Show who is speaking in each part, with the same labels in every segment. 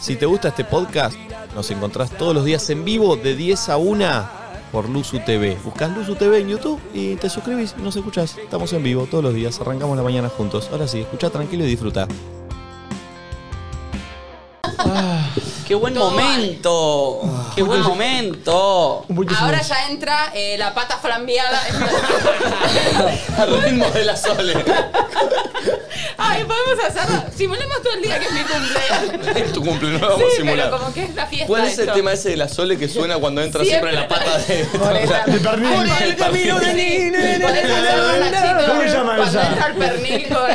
Speaker 1: Si te gusta este podcast, nos encontrás todos los días en vivo de 10 a 1 por Luzu TV. Buscás Luzu TV en YouTube y te suscribís y nos escuchás. Estamos en vivo todos los días, arrancamos la mañana juntos. Ahora sí, escucha tranquilo y disfruta.
Speaker 2: ¡Qué buen
Speaker 3: Todo
Speaker 2: momento!
Speaker 4: Ah,
Speaker 2: ¡Qué buen momento!
Speaker 3: Ahora ya entra eh, la pata flambeada.
Speaker 2: Al ritmo de la Sole.
Speaker 3: Ay, podemos hacerlo. Simulemos todo el día que es mi cumpleaños.
Speaker 2: Es tu cumpleaños, vamos a
Speaker 3: sí,
Speaker 2: simular.
Speaker 3: pero como que es la fiesta.
Speaker 2: ¿Cuál es el
Speaker 3: esto.
Speaker 2: tema ese de la Sole que suena cuando entra siempre, en la pata de...
Speaker 5: Pernil.
Speaker 3: Por el camino de Podés hacerlo, Nachito.
Speaker 5: ¿Cómo se llama
Speaker 3: Cuando
Speaker 5: esa?
Speaker 3: entra el pernil con-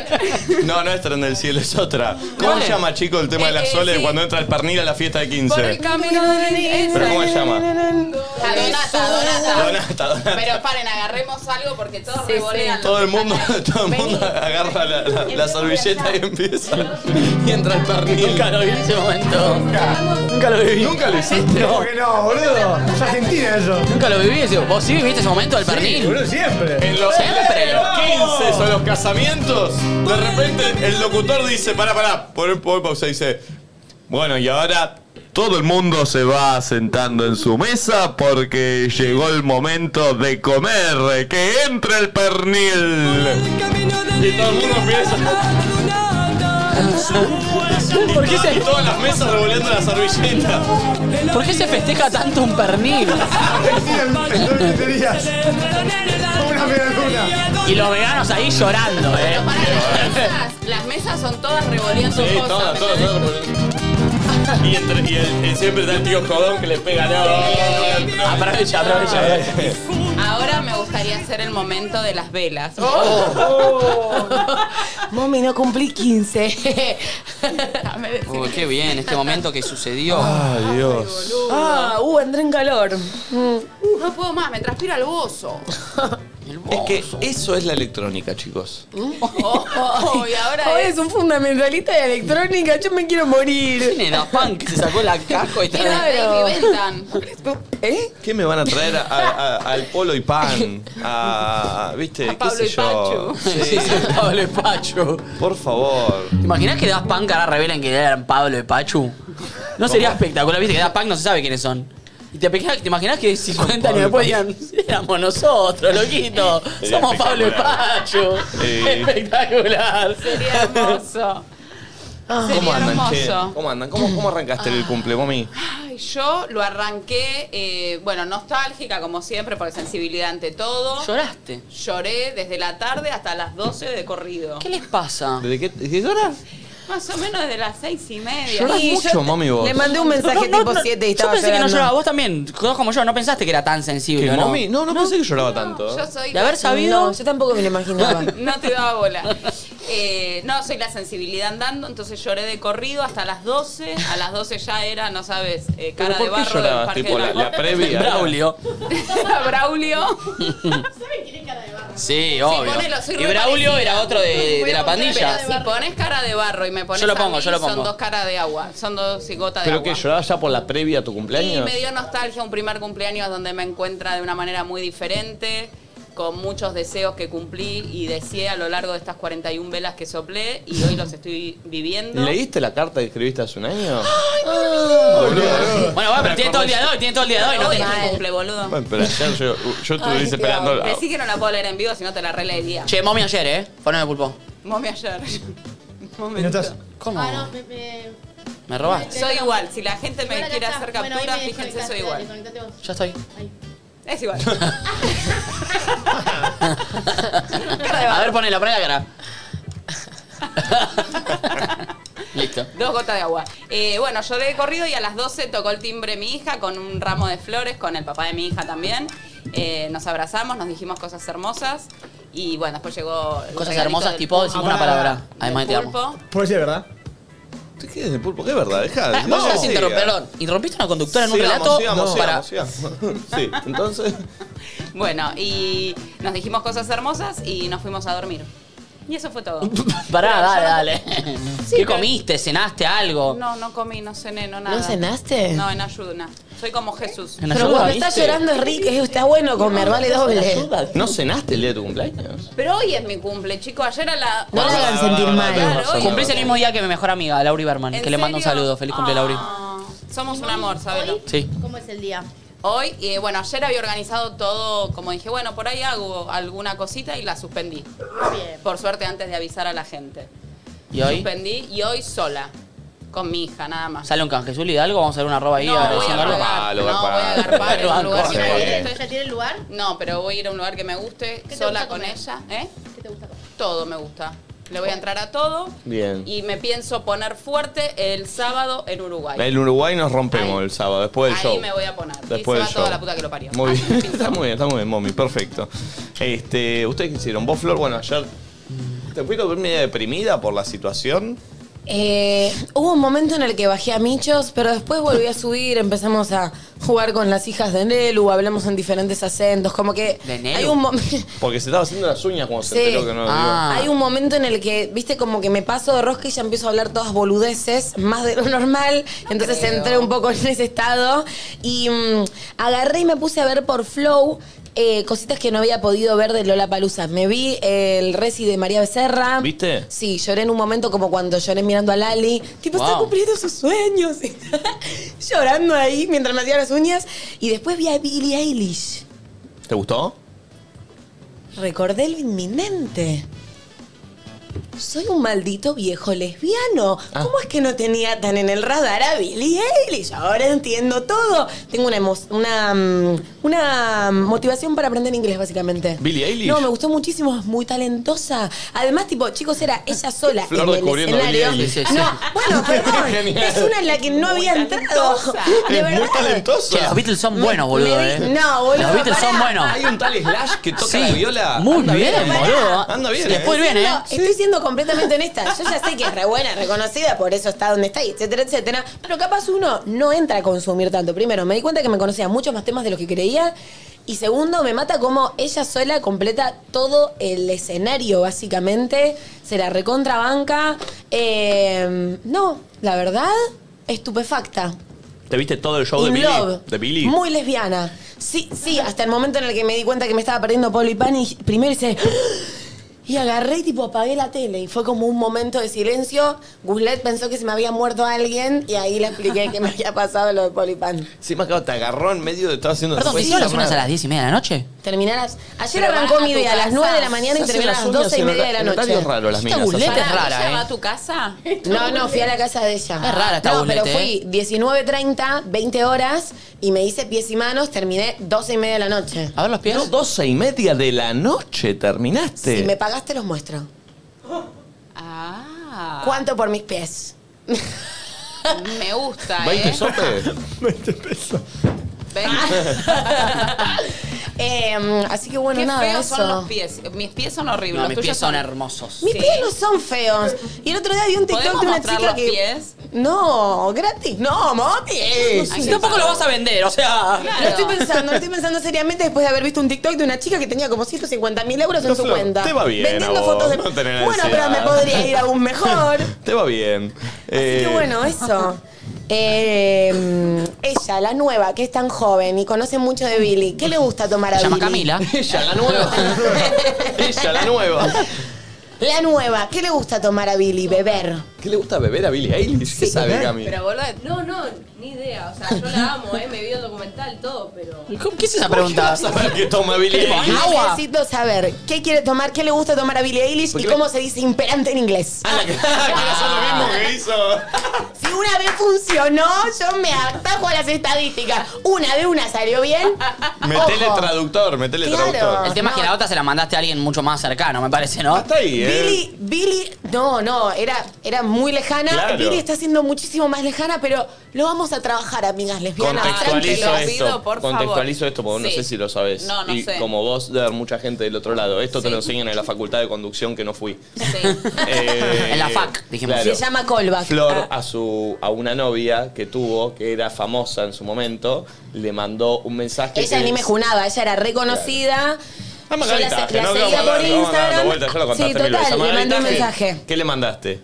Speaker 2: No, no es Tren del Cielo, es otra. ¿Cómo
Speaker 3: ¿Cuál
Speaker 2: se
Speaker 3: es?
Speaker 2: llama, chico, el tema de la
Speaker 3: Eh, eh,
Speaker 2: Sole
Speaker 3: sí.
Speaker 2: cuando entra el pernil a la fiesta de
Speaker 3: Por el
Speaker 2: 15?
Speaker 3: camino de
Speaker 2: ¿Pero cómo se llama?
Speaker 3: La donata, donata.
Speaker 2: Donata, donata.
Speaker 3: Pero paren, agarremos algo porque todos revolean.
Speaker 2: Todo el
Speaker 3: los-
Speaker 2: mundo, todo el mundo agarra la, la- la servilleta y empieza. Y entra el pernil. Nunca lo vi en ese momento.
Speaker 4: Nunca lo viví.
Speaker 2: Nunca lo hiciste.
Speaker 5: ¿Cómo que no, boludo? Es Argentina eso.
Speaker 4: Nunca lo viví. ese- ¿Vos sí viviste ese momento del pernil?
Speaker 5: Boludo, siempre.
Speaker 2: En los,
Speaker 4: Siempre.
Speaker 2: en los 15 o los casamientos, de repente el locutor dice, para, para, por, por pausa, dice, bueno, y ahora todo el mundo se va sentando en su mesa porque llegó el momento de comer, que entre el pernil. Y todo el mundo empieza,
Speaker 4: ¿Por qué,
Speaker 2: y
Speaker 4: se,
Speaker 2: todas las mesas revolviendo la servilleta.
Speaker 4: por qué se festeja tanto un pernil?
Speaker 5: Argentina en dos quinterías. Como una media
Speaker 4: Y los veganos ahí llorando, eh.
Speaker 3: Pará, las mesas- Las mesas son todas revoleando
Speaker 2: Sí,
Speaker 3: cosas.
Speaker 2: todo,
Speaker 3: ¿me
Speaker 2: todo,
Speaker 3: entendés?
Speaker 2: todo. Y, entre, y, el- y siempre está el tío Jodón que le pega, no, Ah, eh.
Speaker 4: Aprovecha, aprovecha. aprovecha.
Speaker 3: Ahora me gustaría hacer el momento de las velas.
Speaker 2: Oh.
Speaker 3: Oh.
Speaker 6: Mami, no cumplí 15.
Speaker 3: Me decís.
Speaker 2: Uy, qué bien, este momento que sucedió.
Speaker 6: ah, uh, entré en calor.
Speaker 3: No puedo más, me transpira el bozo.
Speaker 2: Es que eso es la electrónica, chicos.
Speaker 3: Oh, y ahora
Speaker 6: Hoy
Speaker 3: es...
Speaker 6: es un fundamentalista de electrónica, yo me quiero morir.
Speaker 4: Tiene Da Punk que se sacó la caja y
Speaker 3: Mira,
Speaker 4: trae.
Speaker 6: Claro.
Speaker 3: Baby Bentham.
Speaker 6: ¿Eh?
Speaker 2: ¿Qué me van a traer a- a- a- al Polo y Pan? A, ¿Viste?
Speaker 3: A
Speaker 2: ¿Qué
Speaker 3: Pablo
Speaker 2: sé
Speaker 3: y
Speaker 2: yo?
Speaker 3: Pachu.
Speaker 2: Sí,
Speaker 4: Sí, sí, Pablo y Pachu.
Speaker 2: por favor.
Speaker 4: ¿Te imaginas que Das Punk ahora revelan que eran Pablo y Pachu? No sería espectacular, viste que Das Punk no se sabe quiénes son. ¿Y te, imaginas- te imaginas que 50 años después digan, éramos nosotros, loquito?
Speaker 2: Sería
Speaker 4: Somos Pablo y
Speaker 2: espectacular.
Speaker 4: Pachu.
Speaker 2: Sí.
Speaker 4: Espectacular.
Speaker 3: Sería hermoso. Sería
Speaker 2: ¿Cómo andan, che?
Speaker 3: hermoso.
Speaker 2: ¿Cómo andan? ¿Cómo, cómo arrancaste el cumple, mami?
Speaker 3: Ay, yo lo arranqué, eh, bueno, nostálgica como siempre, porque sensibilidad ante todo.
Speaker 4: ¿Lloraste?
Speaker 3: Lloré desde la tarde hasta las 12 de corrido.
Speaker 4: ¿Qué les pasa?
Speaker 2: ¿Desde qué, desde qué hora?
Speaker 3: Más o menos desde las seis y media.
Speaker 2: Lloras
Speaker 6: Y
Speaker 2: mucho,
Speaker 6: yo
Speaker 2: mami, vos.
Speaker 6: Le mandé un mensaje
Speaker 4: No, no,
Speaker 6: tipo
Speaker 4: no,
Speaker 6: 7 y estaba
Speaker 4: Yo pensé
Speaker 6: llorando.
Speaker 4: que no lloraba, vos también, todos como yo, no pensaste que era tan sensible,
Speaker 2: ¿Qué,
Speaker 4: ¿no?
Speaker 2: mami? No, no, pensé que lloraba tanto.
Speaker 3: Yo soy
Speaker 4: De haber sabido...
Speaker 6: No, yo tampoco me lo imaginaba.
Speaker 3: No te daba bola. Eh, no, soy la sensibilidad andando, entonces lloré de corrido hasta las 12. A las 12 ya era, no sabes, eh,
Speaker 2: ¿Pero
Speaker 3: cara
Speaker 2: ¿Por
Speaker 3: de
Speaker 2: qué
Speaker 3: barro del
Speaker 2: llorabas?
Speaker 3: parque
Speaker 2: Tipo,
Speaker 3: de
Speaker 2: la,
Speaker 3: la
Speaker 2: la previa.
Speaker 4: Braulio.
Speaker 3: Braulio.
Speaker 4: Sí, obvio.
Speaker 3: ponelo, soy
Speaker 4: y
Speaker 3: re
Speaker 4: Braulio
Speaker 3: parecida.
Speaker 4: era otro de, de la
Speaker 3: Pero
Speaker 4: pandilla.
Speaker 3: si pones cara de barro y me pones
Speaker 4: Yo lo
Speaker 3: a
Speaker 4: pongo,
Speaker 3: mí,
Speaker 4: yo lo
Speaker 3: son
Speaker 4: pongo.
Speaker 3: dos caras de agua, son dos gotas de
Speaker 2: ¿Pero
Speaker 3: agua.
Speaker 2: que llorabas ya por la previa a tu
Speaker 3: y
Speaker 2: cumpleaños?
Speaker 3: me dio nostalgia un primer cumpleaños donde me encuentra de una manera muy diferente, con muchos deseos que cumplí y deseé a lo largo de estas 41 velas que soplé y hoy los estoy viviendo.
Speaker 2: ¿Leíste la carta que escribiste hace un año?
Speaker 4: Bueno, bueno, pero tiene todo el día de hoy, tiene todo el día de hoy. No
Speaker 3: Hoy
Speaker 4: te...
Speaker 3: es mi cumple, boludo.
Speaker 2: Bueno, pero ayer yo, yo estuve esperando. la-
Speaker 3: Decí que no la puedo leer en vivo, si no te la releería.
Speaker 4: Che, momia ayer, ¿eh? Poneme pulpo.
Speaker 3: Mome ayer.
Speaker 5: Y no
Speaker 3: Momento.
Speaker 5: estás-
Speaker 4: ¿Cómo?
Speaker 7: Ah, no, me, me...
Speaker 4: ¿Me robaste?
Speaker 3: Soy igual, si la gente me
Speaker 7: Igual
Speaker 3: quiere
Speaker 7: acá.
Speaker 3: hacer
Speaker 7: Bueno, ahí
Speaker 3: captura,
Speaker 7: me
Speaker 3: fíjense, soy
Speaker 7: desconectaste,
Speaker 3: igual.
Speaker 7: dale, conectate vos.
Speaker 4: Ya estoy.
Speaker 7: Ahí.
Speaker 3: Es igual.
Speaker 4: A ver, ponela, ponela cara. Listo.
Speaker 3: Dos gotas de agua. Eh, bueno, lloré de corrido y a las 12 tocó el timbre mi hija con un ramo de flores, con el papá de mi hija también. Eh, nos abrazamos, nos dijimos cosas hermosas y bueno, después llegó... el
Speaker 4: Cosas
Speaker 3: regalito
Speaker 4: hermosas,
Speaker 3: del
Speaker 4: tipo, decimos una
Speaker 5: pará.
Speaker 4: palabra. Además de
Speaker 3: del
Speaker 4: te amo.
Speaker 3: pulpo.
Speaker 5: Puedo decir, ¿verdad?
Speaker 2: ¿Tú qué es el pulpo? ¿Qué es verdad? Deja.
Speaker 4: Ah,
Speaker 2: no
Speaker 4: Vos estás
Speaker 2: sigas.
Speaker 4: interrumpiendo. Interrumpiste a una conductora en un
Speaker 2: Sigamos,
Speaker 4: relato
Speaker 2: sigamos,
Speaker 4: para.
Speaker 2: sigamos, sigamos. Sí, entonces.
Speaker 3: Bueno, y nos dijimos cosas hermosas y nos fuimos a dormir. Y eso fue todo.
Speaker 4: Pará, dale, dale.
Speaker 3: Sí,
Speaker 4: ¿Qué
Speaker 3: pero-
Speaker 4: comiste? ¿Cenaste algo?
Speaker 3: No, no comí, no cené, no nada.
Speaker 6: ¿No cenaste?
Speaker 3: No, en ayuna. Soy como Jesús.
Speaker 4: En
Speaker 6: Pero
Speaker 4: ayuda,
Speaker 6: cuando
Speaker 4: ¿viste?
Speaker 6: estás llorando es rico, eh, está bueno comer, vale doble.
Speaker 8: ¿No cenaste el día de tu cumpleaños?
Speaker 3: Pero hoy es mi cumple, chico. Ayer a la...
Speaker 6: No la hagan sentir mal.
Speaker 3: Claro, hoy-
Speaker 4: Cumplís el mismo día que mi mejor amiga, Lauri Berman, que
Speaker 3: ¿En
Speaker 4: le mando un
Speaker 3: serio?
Speaker 4: saludo. Feliz cumple,
Speaker 3: Ah,
Speaker 4: Lauri.
Speaker 3: Somos un amor, sabelo.
Speaker 4: Sí.
Speaker 9: ¿Cómo es el día?
Speaker 3: Hoy, eh, bueno, ayer había organizado todo, como dije, bueno, por ahí hago alguna cosita y la suspendí.
Speaker 9: Bien.
Speaker 3: Por suerte antes de avisar a la gente.
Speaker 4: ¿Y hoy?
Speaker 3: Suspendí y hoy soela, con mi hija, nada más.
Speaker 4: ¿Sale un canje Zuli de algo? Vamos a hacer una roba ahí.
Speaker 3: no, voy
Speaker 4: a
Speaker 3: a
Speaker 4: Luciano Garro.
Speaker 3: agarpar,
Speaker 2: Garpalo,
Speaker 3: no, voy a
Speaker 2: garpalo.
Speaker 3: agarpar en un
Speaker 4: Garpalo.
Speaker 3: lugar que
Speaker 9: ¿Ya
Speaker 3: me
Speaker 2: Sí.
Speaker 3: guste.
Speaker 9: tiene- ¿Ya tiene el lugar?
Speaker 3: No, pero voy a ir a un lugar que me guste,
Speaker 9: te
Speaker 3: sola
Speaker 9: gusta
Speaker 3: con
Speaker 9: comer?
Speaker 3: ella. ¿Eh?
Speaker 9: ¿Qué te gusta comer?
Speaker 3: Todo me gusta. Le voy a entrar a todo.
Speaker 8: Bien.
Speaker 3: Y me pienso poner fuerte el sábado en Uruguay.
Speaker 2: En Uruguay nos rompemos
Speaker 3: Ahí.
Speaker 2: el sábado, después del
Speaker 3: Ahí
Speaker 2: show.
Speaker 3: me voy a poner. y se
Speaker 2: Después
Speaker 3: va
Speaker 2: del show.
Speaker 3: toda la puta que lo parió.
Speaker 2: Muy
Speaker 3: Así me
Speaker 2: bien,
Speaker 3: pinto.
Speaker 2: está muy bien, está muy bien, mommy, perfecto. Este, ¿Ustedes qué hicieron? ¿Vos, Flor? Bueno, ayer te fuiste a dormir media deprimida por la situación.
Speaker 6: Eh, hubo un momento en el que bajé a Michos, pero después volví a subir, empezamos a jugar con las hijas de Nelu, hablamos en diferentes acentos, como que
Speaker 4: ¿De Nelu?
Speaker 6: hay un momento...
Speaker 2: Porque se estaba haciendo las uñas cuando se
Speaker 6: Sí.
Speaker 2: enteró que no lo
Speaker 4: Ah.
Speaker 6: Hay un momento en el que, viste, como que me paso de rosca y ya empiezo a hablar todas boludeces, más de lo normal. Entonces entré un poco en ese estado y mm, agarré y me puse a ver por Flow. eh, cositas que no había podido ver de Lola Palusa. Me vi el Resi de María Becerra.
Speaker 2: ¿Viste?
Speaker 6: Sí, lloré en un momento como cuando lloré mirando a Lali. Tipo, está
Speaker 4: Wow.
Speaker 6: cumpliendo sus sueños. Llorando ahí mientras me hacía las uñas. Y después vi a Billie Eilish.
Speaker 2: dio. ¿Te gustó?
Speaker 6: Recordé lo inminente. Soy un maldito viejo lesbiano.
Speaker 2: Ah.
Speaker 6: ¿Cómo es que no tenía tan en el radar a Billie Eilish? Ahora entiendo todo. Tengo una, emo- una, mm, una motivación para aprender inglés, básicamente.
Speaker 2: ¿Billie Eilish?
Speaker 6: No, me gustó muchísimo. Es muy talentosa. Además, tipo, chicos, era ella sola
Speaker 2: Ah, Flor
Speaker 6: en el
Speaker 2: descubriendo a Billie
Speaker 6: escenario.
Speaker 2: Eilish.
Speaker 4: Sí, sí, sí.
Speaker 6: No, bueno, perdón.
Speaker 2: Genial.
Speaker 6: es una en la que no había entrado.
Speaker 3: talentosa.
Speaker 6: De
Speaker 2: Es muy
Speaker 6: verdad.
Speaker 4: Che, los
Speaker 2: talentosa.
Speaker 4: Beatles son
Speaker 6: Me-
Speaker 4: buenos, boludo,
Speaker 6: me
Speaker 4: eh.
Speaker 6: di- no, boludo,
Speaker 4: Los Beatles son
Speaker 6: pará.
Speaker 4: buenos.
Speaker 2: Hay un tal Slash que toca
Speaker 4: Sí.
Speaker 2: la viola.
Speaker 4: Muy
Speaker 2: Anda
Speaker 4: bien, boludo.
Speaker 2: Anda bien,
Speaker 4: Les
Speaker 2: eh.
Speaker 4: puede ir bien, eh.
Speaker 6: No, estoy siendo completamente honesta. Yo ya sé que es re buena, reconocida, por eso está donde está, y etcétera, etcétera. Pero capaz uno no entra a consumir tanto. Primero, me di cuenta que me conocía muchos más temas de los que creía. Y segundo, me mata cómo ella sola completa todo el escenario, básicamente. Se la recontrabanca. Eh, no, la verdad, estupefacta.
Speaker 2: ¿Te viste todo el show de
Speaker 6: In
Speaker 2: Billy?
Speaker 6: Love.
Speaker 2: ¿De Billy?
Speaker 6: Muy lesbiana. Sí, sí, hasta el momento en el que me di cuenta que me estaba perdiendo Pablo y Pan y primero hice... Y agarré y tipo apagué la tele y fue como un momento de silencio. Guslet pensó que se me había muerto alguien y ahí le expliqué que me había pasado lo de Pablo y Pan.
Speaker 2: Sí, más claro, te agarró en medio de. Estaba haciendo
Speaker 4: Perdón, ¿te
Speaker 2: puedes
Speaker 4: hicieron las unas a
Speaker 2: llamar.
Speaker 4: las 10 y media de la noche?
Speaker 6: Terminé a las- Ayer
Speaker 3: Pero
Speaker 6: arrancó
Speaker 3: van a
Speaker 6: mi
Speaker 3: tu
Speaker 6: día a las
Speaker 3: casa.
Speaker 6: 9 de la mañana y
Speaker 2: Se hacen
Speaker 6: terminé a
Speaker 2: las
Speaker 6: las
Speaker 2: uñas
Speaker 6: 12 y
Speaker 2: en hora-
Speaker 6: media de la
Speaker 2: en horario
Speaker 6: noche.
Speaker 2: raro las
Speaker 4: Esta
Speaker 2: minas.
Speaker 4: burleta
Speaker 2: hacen.
Speaker 4: es
Speaker 3: Pará,
Speaker 4: rara,
Speaker 3: ¿ella va
Speaker 4: eh.
Speaker 3: a tu casa?
Speaker 6: No, no, fui a la casa de ella.
Speaker 4: Es rara esta
Speaker 6: No,
Speaker 4: Guslet,
Speaker 6: pero fui
Speaker 4: eh.
Speaker 6: 19.30, 20 horas y me hice pies y manos, terminé 12 y media de la noche.
Speaker 4: A ver los pies.
Speaker 2: No, 12 y media de la noche terminaste.
Speaker 6: Si me pagaste los muestro.
Speaker 3: Ah.
Speaker 6: ¿Cuánto por mis pies?
Speaker 3: Me gusta,
Speaker 2: ¿20
Speaker 3: ¿eh?
Speaker 2: soles?
Speaker 3: Ven.
Speaker 6: Eh, así que bueno,
Speaker 3: Qué
Speaker 6: nada,
Speaker 3: feos
Speaker 6: eso.
Speaker 3: son los pies. Mis pies son horribles.
Speaker 4: No,
Speaker 3: los
Speaker 4: mis
Speaker 3: tuyos
Speaker 4: pies son hermosos.
Speaker 6: Mis
Speaker 3: Sí.
Speaker 6: pies no son feos. Y el otro día vi un TikTok
Speaker 3: ¿Podemos
Speaker 6: de una
Speaker 3: mostrar
Speaker 6: chica
Speaker 3: los
Speaker 6: que.
Speaker 3: pies?
Speaker 6: No, gratis. No, mami.
Speaker 3: Ay, qué
Speaker 4: Tampoco lo vas a vender, o sea.
Speaker 3: Claro.
Speaker 6: Lo estoy pensando, lo estoy pensando seriamente después de haber visto un TikTok de una chica que tenía como 150 mil euros en
Speaker 2: No,
Speaker 6: su
Speaker 2: Flor,
Speaker 6: cuenta.
Speaker 2: te va bien
Speaker 6: Vendiendo
Speaker 2: a vos,
Speaker 6: fotos de.
Speaker 2: no tenés
Speaker 6: bueno, pero me
Speaker 2: ansiedad.
Speaker 6: podría ir aún mejor.
Speaker 2: Te va bien.
Speaker 6: Así
Speaker 2: Eh.
Speaker 6: que bueno, eso. Eh, ella, la nueva, que es tan joven y conoce mucho de Billy. ¿Qué le gusta tomar a
Speaker 4: Se llama
Speaker 6: Billy?
Speaker 4: Camila.
Speaker 2: Ella, la nueva. Ella, la nueva.
Speaker 6: La nueva, ¿qué le gusta tomar a Billy? Beber.
Speaker 2: ¿Qué le gusta beber a Billie Eilish? ¿Qué sabe, Cami?
Speaker 9: Pero boludo, no, no, ni idea. O sea, yo la amo, eh, me vi el documental, todo, pero.
Speaker 4: ¿Cómo- ¿Qué es esa pregunta?
Speaker 2: ¿Sabe qué toma Billie Eilish?
Speaker 4: Agua.
Speaker 6: Necesito saber qué quiere tomar, qué le gusta tomar a Billie Eilish y
Speaker 2: Porque- Ah,
Speaker 6: cómo se dice imperante en inglés.
Speaker 2: Quiere hacer lo mismo que hizo.
Speaker 6: Si una vez funcionó, yo me atajo a las estadísticas. Una vez una salió bien.
Speaker 2: Metele
Speaker 6: Ojo.
Speaker 2: traductor, metele traductor.
Speaker 4: El tema es que la otra se la mandaste a alguien mucho más cercano, me parece, ¿no?
Speaker 2: Hasta ahí, ¿eh?
Speaker 6: Billy, Billy, no, no, era, era muy lejana.
Speaker 2: Claro.
Speaker 6: Billy está siendo muchísimo más lejana, pero lo vamos a trabajar, amigas lesbianas.
Speaker 2: Contextualizo
Speaker 3: Te lo
Speaker 2: esto.
Speaker 3: pido, por
Speaker 2: contextualizo
Speaker 3: favor.
Speaker 2: esto porque no
Speaker 3: Sí.
Speaker 2: sé si lo sabes.
Speaker 3: No, no
Speaker 2: y
Speaker 3: sé.
Speaker 2: como vos, debe haber mucha gente del otro lado. Esto te
Speaker 3: Sí.
Speaker 2: lo enseñan en la facultad de conducción que no fui.
Speaker 3: Sí.
Speaker 2: Eh,
Speaker 4: En la fac, dijimos.
Speaker 6: Se
Speaker 2: claro.
Speaker 6: llama Ah. callback.
Speaker 2: Flor a su a una novia que tuvo, que era famosa en su momento, le mandó un mensaje.
Speaker 6: Ella
Speaker 2: que
Speaker 6: ni me junaba, ella era reconocida.
Speaker 2: Ah, Margarita,
Speaker 6: Yo la se-
Speaker 2: que
Speaker 6: la
Speaker 2: no
Speaker 6: seguía
Speaker 2: vamos
Speaker 6: por
Speaker 2: dando- vamos dando
Speaker 6: Instagram.
Speaker 2: vueltas, ya lo contaste
Speaker 6: Sí,
Speaker 2: mil veces.
Speaker 6: total, le mandé
Speaker 2: Margarita,
Speaker 6: un
Speaker 2: ¿qué-
Speaker 6: mensaje.
Speaker 2: ¿Qué le mandaste?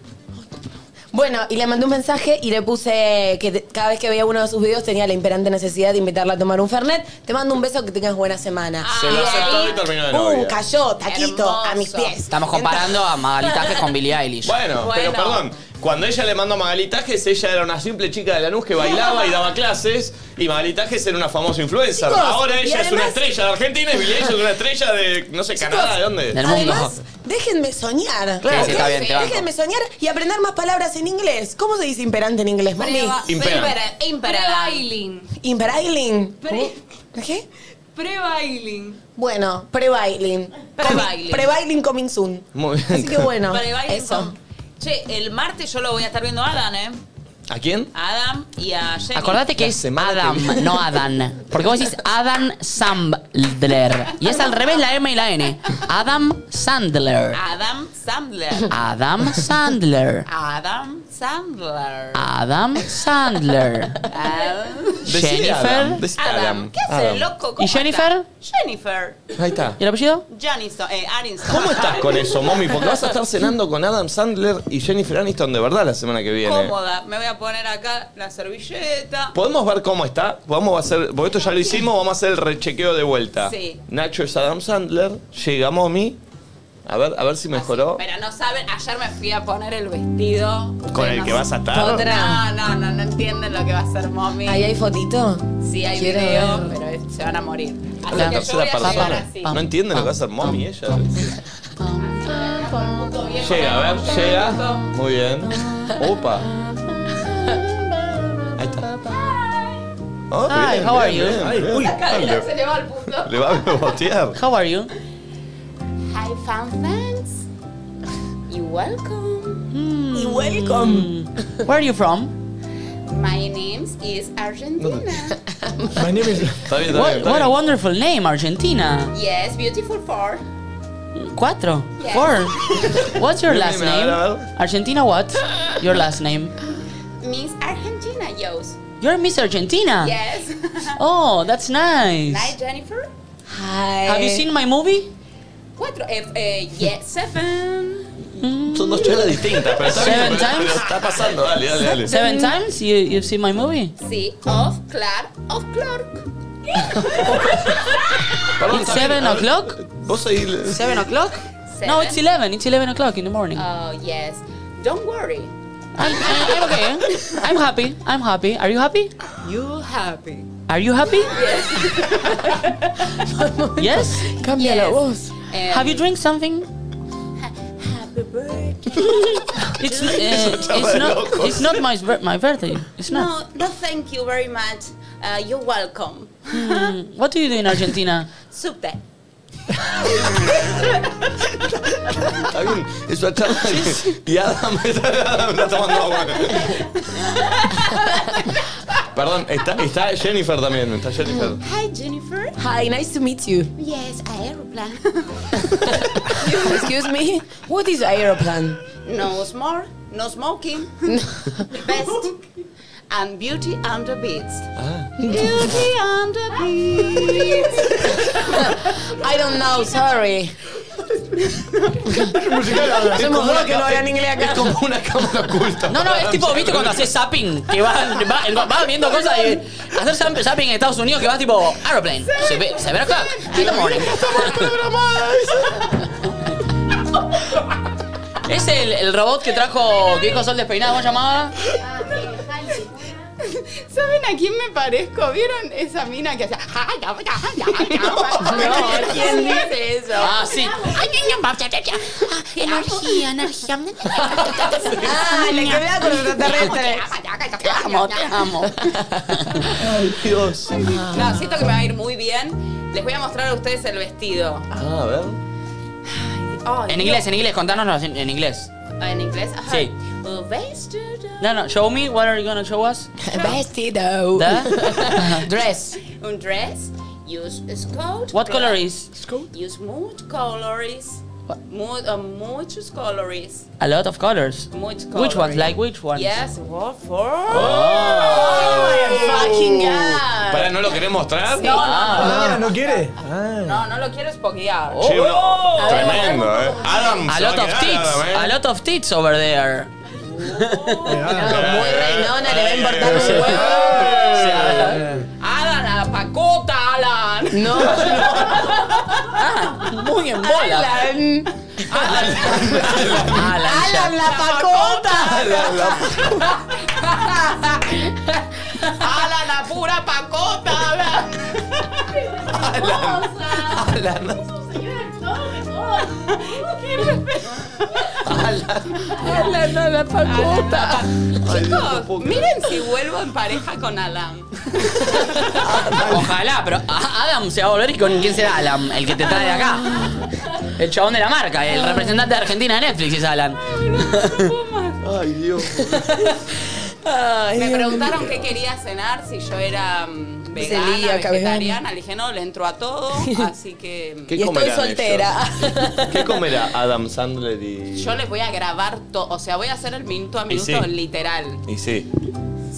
Speaker 6: Bueno, y le mandé un mensaje y le puse que te- cada vez que veía uno de sus videos tenía la imperante necesidad de invitarla a tomar un fernet. Te mando un beso, que tengas buena semana.
Speaker 2: Ah. Se
Speaker 6: Y
Speaker 2: lo
Speaker 6: de
Speaker 2: aceptó
Speaker 6: ahí,
Speaker 2: y terminó de
Speaker 6: ¡Pum!
Speaker 2: novia.
Speaker 6: Cayó, taquito, a mis
Speaker 3: Hermoso.
Speaker 6: pies.
Speaker 4: Estamos comparando a Magalitaje con Billie Eilish.
Speaker 2: Bueno, pero
Speaker 3: Bueno.
Speaker 2: perdón, cuando ella le mandó a Magalitajes, ella era una simple chica de Lanús que bailaba y daba clases, y Magalitajes era una famosa influencer.
Speaker 6: Chicos,
Speaker 2: Ahora
Speaker 6: y
Speaker 2: ella es una
Speaker 6: además-
Speaker 2: estrella de Argentina y Billie Eilish es una estrella de, no sé, Canadá, ¿de dónde?
Speaker 4: Del mundo.
Speaker 6: Además, déjenme soñar.
Speaker 4: Claro. Sí, sí, está
Speaker 6: ¿ok?
Speaker 4: bien, te banco.
Speaker 6: déjenme soñar y aprender más palabras en inglés. ¿Cómo se dice imperante en inglés, mami?
Speaker 10: Preva-
Speaker 2: Impera.
Speaker 3: Impera- Imperada.
Speaker 10: Pre-bailing.
Speaker 6: Imperailing.
Speaker 10: Pre-
Speaker 6: ¿Qué?
Speaker 10: Pre-bailing.
Speaker 6: Bueno, pre-bailing.
Speaker 3: Pre-bailing.
Speaker 6: Pre-bailing coming soon.
Speaker 2: Muy bien.
Speaker 6: Así que bueno,
Speaker 3: Para el baile
Speaker 6: eso.
Speaker 3: con- Che, el martes yo lo voy a estar viendo a Adam, ¿eh?
Speaker 2: ¿A quién?
Speaker 3: A Adam y a Jenny.
Speaker 4: Acordate que
Speaker 2: La
Speaker 4: es
Speaker 2: semana que
Speaker 4: Adam,
Speaker 2: viene.
Speaker 4: no Adam. Porque vos decís Adam Sandler. Y es al revés la M y la N. Adam Sandler.
Speaker 3: Adam Sandler.
Speaker 4: Adam Sandler.
Speaker 3: Adam Sandler.
Speaker 4: Adam Sandler.
Speaker 3: Adam.
Speaker 2: Decí
Speaker 4: Jennifer.
Speaker 2: Adam, decí
Speaker 3: Adam.
Speaker 2: Adam.
Speaker 3: ¿Qué hace,
Speaker 2: Adam.
Speaker 3: loco?
Speaker 4: ¿Y
Speaker 3: ¿Cómo
Speaker 4: Jennifer?
Speaker 3: está? Jennifer.
Speaker 2: Ahí está.
Speaker 4: ¿Y el apellido?
Speaker 3: Janiston. Eh, Aniston.
Speaker 2: ¿Cómo estás con eso, mommy? Porque vas a estar cenando con Adam Sandler y Jennifer Aniston de verdad la semana que viene.
Speaker 3: Cómoda. Me voy a poner acá la servilleta.
Speaker 2: ¿Podemos ver cómo está? Vamos a hacer, porque esto ya lo hicimos, vamos a hacer el rechequeo de vuelta.
Speaker 3: Sí.
Speaker 2: Nacho es Adam Sandler, llega Mommy. A ver, a ver si mejoró.
Speaker 3: Pero no saben, ayer me fui a poner el vestido.
Speaker 2: Con
Speaker 3: Ustedes
Speaker 2: el
Speaker 3: no
Speaker 2: que
Speaker 3: saben.
Speaker 2: vas a estar.
Speaker 3: No,
Speaker 6: Otra.
Speaker 3: no, no, no entienden lo que va a ser mommy.
Speaker 6: Ahí hay fotito.
Speaker 3: Sí, hay
Speaker 6: Quiero
Speaker 3: video,
Speaker 6: ver.
Speaker 3: pero es- se van a morir. Así
Speaker 2: La
Speaker 3: que yo voy
Speaker 2: tercera
Speaker 3: a llegar
Speaker 2: persona.
Speaker 3: así.
Speaker 2: No entiende lo que va a hacer Mommy ella. Llega, a ver, llega. Muy bien. Opa. Ahí está. Oh,
Speaker 4: Hi,
Speaker 2: bien,
Speaker 4: how are
Speaker 2: bien,
Speaker 4: you?
Speaker 2: bien, bien. Uy,
Speaker 3: Cabela
Speaker 2: le,
Speaker 3: se le va al punto.
Speaker 2: le va a botear.
Speaker 4: How are you?
Speaker 3: I found thanks. You welcome.
Speaker 6: Y welcome.
Speaker 4: Where are you from?
Speaker 3: My name is Argentina.
Speaker 11: My name is-
Speaker 2: Está bien, está bien.
Speaker 4: What,
Speaker 2: está
Speaker 4: what a
Speaker 2: bien.
Speaker 4: wonderful name, Argentina.
Speaker 3: yes, beautiful four.
Speaker 4: Cuatro.
Speaker 3: Yes.
Speaker 4: Four. What's your last
Speaker 2: Dime, a ver,
Speaker 4: name?
Speaker 2: a ver.
Speaker 4: Argentina what? Your last name.
Speaker 3: Miss Argentina, yos.
Speaker 4: You're Miss Argentina.
Speaker 3: Yes.
Speaker 4: Oh, that's nice.
Speaker 3: Night, Jennifer.
Speaker 6: Hi.
Speaker 4: Have you seen my movie?
Speaker 3: Cuatro. Eh, eh, yes, seven.
Speaker 2: Son dos chelas distintas, pero está, bien,
Speaker 4: Seven
Speaker 2: pero-
Speaker 4: times.
Speaker 2: pero está pasando. Dale, dale, dale.
Speaker 4: Seven times you, you've seen my movie?
Speaker 3: Sí, of Clark, of Clark.
Speaker 2: Perdón,
Speaker 4: It's
Speaker 2: está bien,
Speaker 4: seven
Speaker 2: a ver,
Speaker 4: o'clock?
Speaker 2: Vos ahí.
Speaker 4: Seven o'clock?
Speaker 3: Seven.
Speaker 4: No, it's eleven. It's eleven o'clock in the morning.
Speaker 3: Oh, yes. Don't worry.
Speaker 4: I'm, I'm, I'm okay. I'm happy. I'm happy. Are you happy?
Speaker 3: You happy.
Speaker 4: Are you happy? Yes.
Speaker 6: Cambia la
Speaker 3: Yes.
Speaker 6: voz.
Speaker 3: Eh,
Speaker 4: Have you drink something?
Speaker 3: Happy birthday.
Speaker 4: It's, uh, it's not. It's not my bir- my birthday. It's not.
Speaker 3: No, no, thank you very much. Uh, you're welcome.
Speaker 4: Mm, What do you do in Argentina?
Speaker 3: Subte.
Speaker 2: Está bien, es una charla. que- Y Adam Adam está tomando agua. Perdón, está, está Jennifer también. Está Jennifer.
Speaker 3: Mm. Hi, Jennifer.
Speaker 6: Hi, nice to meet you.
Speaker 3: Yes, aeroplan.
Speaker 6: Excuse me. What is aeroplan?
Speaker 3: no smart, no smoking. Best. And beauty and the beast.
Speaker 4: Ah.
Speaker 3: Beauty and the beast.
Speaker 6: I don't know, sorry.
Speaker 2: Es
Speaker 6: Hacemos
Speaker 2: como
Speaker 6: dos
Speaker 2: una
Speaker 6: que no
Speaker 2: ca-
Speaker 6: hablan inglés
Speaker 2: es
Speaker 6: acá.
Speaker 2: como una cámara oculta.
Speaker 4: No, no, es tipo, viste cuando haces zapping, que vas va, va viendo cosas de hacer zap- zapping en Estados Unidos que vas tipo aeroplane, seven, seven o'clock, in the morning. Es el, el robot que trajo, que dijo Sol Despeinado, ¿cómo se llamaba?
Speaker 10: Ah,
Speaker 12: ¿Saben a quién me parezco? ¿Vieron esa mina que hacía?
Speaker 6: ¿Quién dice eso?
Speaker 4: Ah, sí. Ah,
Speaker 12: Energía, energía.
Speaker 6: Ah, la que vea con los extraterrestres.
Speaker 4: Te amo, te amo.
Speaker 2: Dios.
Speaker 3: No, siento que me va a ir muy bien. Les voy a mostrar a ustedes el vestido.
Speaker 2: Ah, a ver.
Speaker 3: Ay,
Speaker 4: En
Speaker 3: Dios.
Speaker 4: inglés, en inglés, contanos en, en inglés.
Speaker 3: Ah, En inglés. Ajá.
Speaker 4: Sí.
Speaker 3: Uh, vested, uh,
Speaker 4: No, no, show me, what are you gonna show us?
Speaker 6: Vestido.
Speaker 4: The-
Speaker 6: Dress.
Speaker 3: Un dress. Use a skirt.
Speaker 4: What color
Speaker 3: black.
Speaker 4: is?
Speaker 3: Use much colors.
Speaker 4: What?
Speaker 3: Mu- uh, muchos colores.
Speaker 4: A lot of colors.
Speaker 3: Much colors.
Speaker 4: Which ones? Like which ones?
Speaker 3: Yes, what for?
Speaker 2: Oh.
Speaker 3: fucking God.
Speaker 2: Pará, ¿no lo querés mostrar?
Speaker 3: Sí. No, no, no.
Speaker 13: Ah, ¿no quiere?
Speaker 3: No, no lo quiero spoilear.
Speaker 2: Che, uno-
Speaker 3: A ver,
Speaker 2: Tremendo, ¿eh? Adam,
Speaker 4: A
Speaker 2: se va
Speaker 4: lot of
Speaker 2: quedar,
Speaker 4: tits.
Speaker 2: Adam, ¿eh?
Speaker 4: A lot of tits over there.
Speaker 6: muy
Speaker 2: eh,
Speaker 6: reinona, le va a importar un huevo.
Speaker 3: Alan, a la pacota, Alan.
Speaker 6: No,
Speaker 4: Ah, Muy en bola.
Speaker 6: Alan,
Speaker 4: Alan, ya.
Speaker 6: Alan la pacota.
Speaker 3: Alan, la pura pacota, Alan.
Speaker 4: Alan, a la pacota.
Speaker 3: Chicos, miren si vuelvo en pareja con Alan.
Speaker 4: Ojalá, pero a- Adam se va a volver y con quién será Alan, el que te trae de acá. El chabón de la marca, el representante de Argentina de Netflix es Alan.
Speaker 14: Ay, Dios.
Speaker 3: Me preguntaron qué quería cenar, si yo era mm, vegana,
Speaker 6: Celíaca,
Speaker 3: vegetariana. Le dije, no, le entro a todo, así que...
Speaker 2: ¿Qué
Speaker 6: Y estoy
Speaker 2: comerán
Speaker 6: soltera.
Speaker 2: ellos? ¿Qué comerá Adam Sandler y.?
Speaker 3: Yo les voy a grabar todo, o sea, voy a hacer el minuto a
Speaker 2: Y
Speaker 3: minuto
Speaker 2: sí.
Speaker 3: literal.
Speaker 2: Y sí.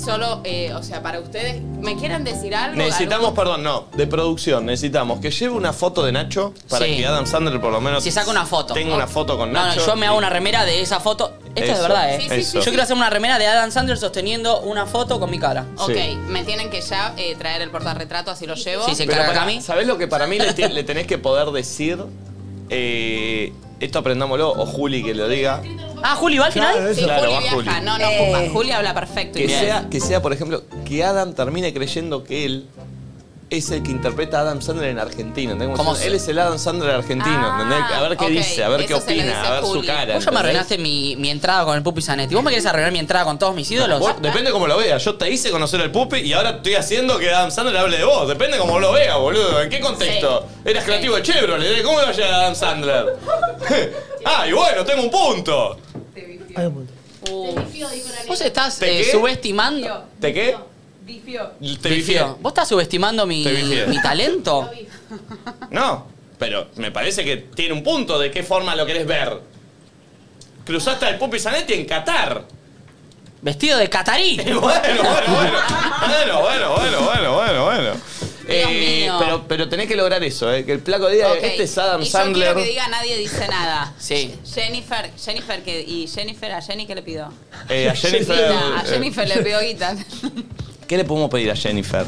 Speaker 3: Solo, eh, o sea, para ustedes, ¿me quieren decir algo?
Speaker 2: Necesitamos,
Speaker 3: ¿Algo?
Speaker 2: perdón, no, de producción, necesitamos que lleve una foto de Nacho para
Speaker 4: Sí.
Speaker 2: que Adam Sandler por lo menos.
Speaker 4: Si saca una foto.
Speaker 2: Tenga una foto con
Speaker 4: No,
Speaker 2: Nacho.
Speaker 4: no, yo me hago
Speaker 2: y-
Speaker 4: una remera de esa foto. Esta es de
Speaker 2: Eso,
Speaker 4: verdad, ¿eh?
Speaker 3: Sí, sí,
Speaker 2: eso.
Speaker 4: Yo quiero hacer una remera de Adam Sandler sosteniendo una foto con mi cara.
Speaker 3: Ok,
Speaker 2: Sí.
Speaker 3: me tienen que ya eh, traer el portarretrato, así lo llevo.
Speaker 4: Sí, se
Speaker 2: Pero
Speaker 4: encarga
Speaker 2: para-
Speaker 4: Cami.
Speaker 2: ¿Sabés lo que para mí le, te- le tenés que poder decir? Eh, esto aprendámoslo, o Juli que lo diga.
Speaker 4: Ah, Juli, ¿va al final?
Speaker 13: Claro,
Speaker 3: Sí,
Speaker 13: eso.
Speaker 2: Claro,
Speaker 3: Juli
Speaker 2: va
Speaker 3: viaja.
Speaker 2: Juli.
Speaker 3: No, no,
Speaker 6: Eh.
Speaker 3: Juli- Juli habla perfecto.
Speaker 2: Que
Speaker 3: inglés.
Speaker 2: sea, que sea, por ejemplo, que Adam termine creyendo que él es el que interpreta a Adam Sandler en Argentina. ¿entendés? Como
Speaker 4: ¿Cómo
Speaker 2: si-
Speaker 4: se-
Speaker 2: Él es el Adam Sandler argentino.
Speaker 3: Ah,
Speaker 2: ¿entendés? A ver qué
Speaker 3: ok,
Speaker 2: dice, a ver
Speaker 3: eso
Speaker 2: qué
Speaker 3: se lo
Speaker 2: opina,
Speaker 3: dice
Speaker 2: a ver su
Speaker 3: Juli.
Speaker 2: cara.
Speaker 4: Vos ya me
Speaker 2: ¿entendés?
Speaker 4: arruinaste mi, mi entrada con el Pupi Zanetti. ¿Vos me querés arruinar mi entrada con todos mis ídolos?
Speaker 2: Vos- depende cómo lo veas. Yo te hice conocer al pupi y ahora estoy haciendo que Adam Sandler hable de vos. Depende cómo lo veas, boludo. ¿En qué contexto? Eras creativo de Chevrolet. ¿eh? ¿Cómo iba a llegar Adam Sandler? ah, y bueno, tengo un punto.
Speaker 13: Hay un punto.
Speaker 3: Uh,
Speaker 4: Vos estás
Speaker 2: ¿Te
Speaker 4: eh,
Speaker 2: qué?
Speaker 4: subestimando.
Speaker 2: ¿Te qué?
Speaker 10: Difió.
Speaker 2: Te bifié.
Speaker 4: ¿Vos estás subestimando mi,
Speaker 2: Te bifié.
Speaker 4: mi talento?
Speaker 2: No, pero me parece que tiene un punto de qué forma lo querés ver. Cruzaste al pupi Zanetti en Qatar.
Speaker 4: Vestido de catarí.
Speaker 2: Bueno, bueno, bueno. Bueno, bueno, bueno, bueno, bueno, bueno.
Speaker 3: mío.
Speaker 2: pero, pero tenés que lograr eso, eh, que el placo diga,
Speaker 3: ok.
Speaker 2: este es Adam
Speaker 3: y
Speaker 2: Sandler.
Speaker 3: Yo quiero que diga nadie dice nada.
Speaker 4: Sí.
Speaker 3: Jennifer, Jennifer, que, y Jennifer, a Jenny, ¿qué le pido?
Speaker 2: Eh, a Jennifer.
Speaker 3: Guita, a
Speaker 2: eh,
Speaker 3: Jennifer le pido guita.
Speaker 2: ¿Qué le podemos pedir a Jennifer?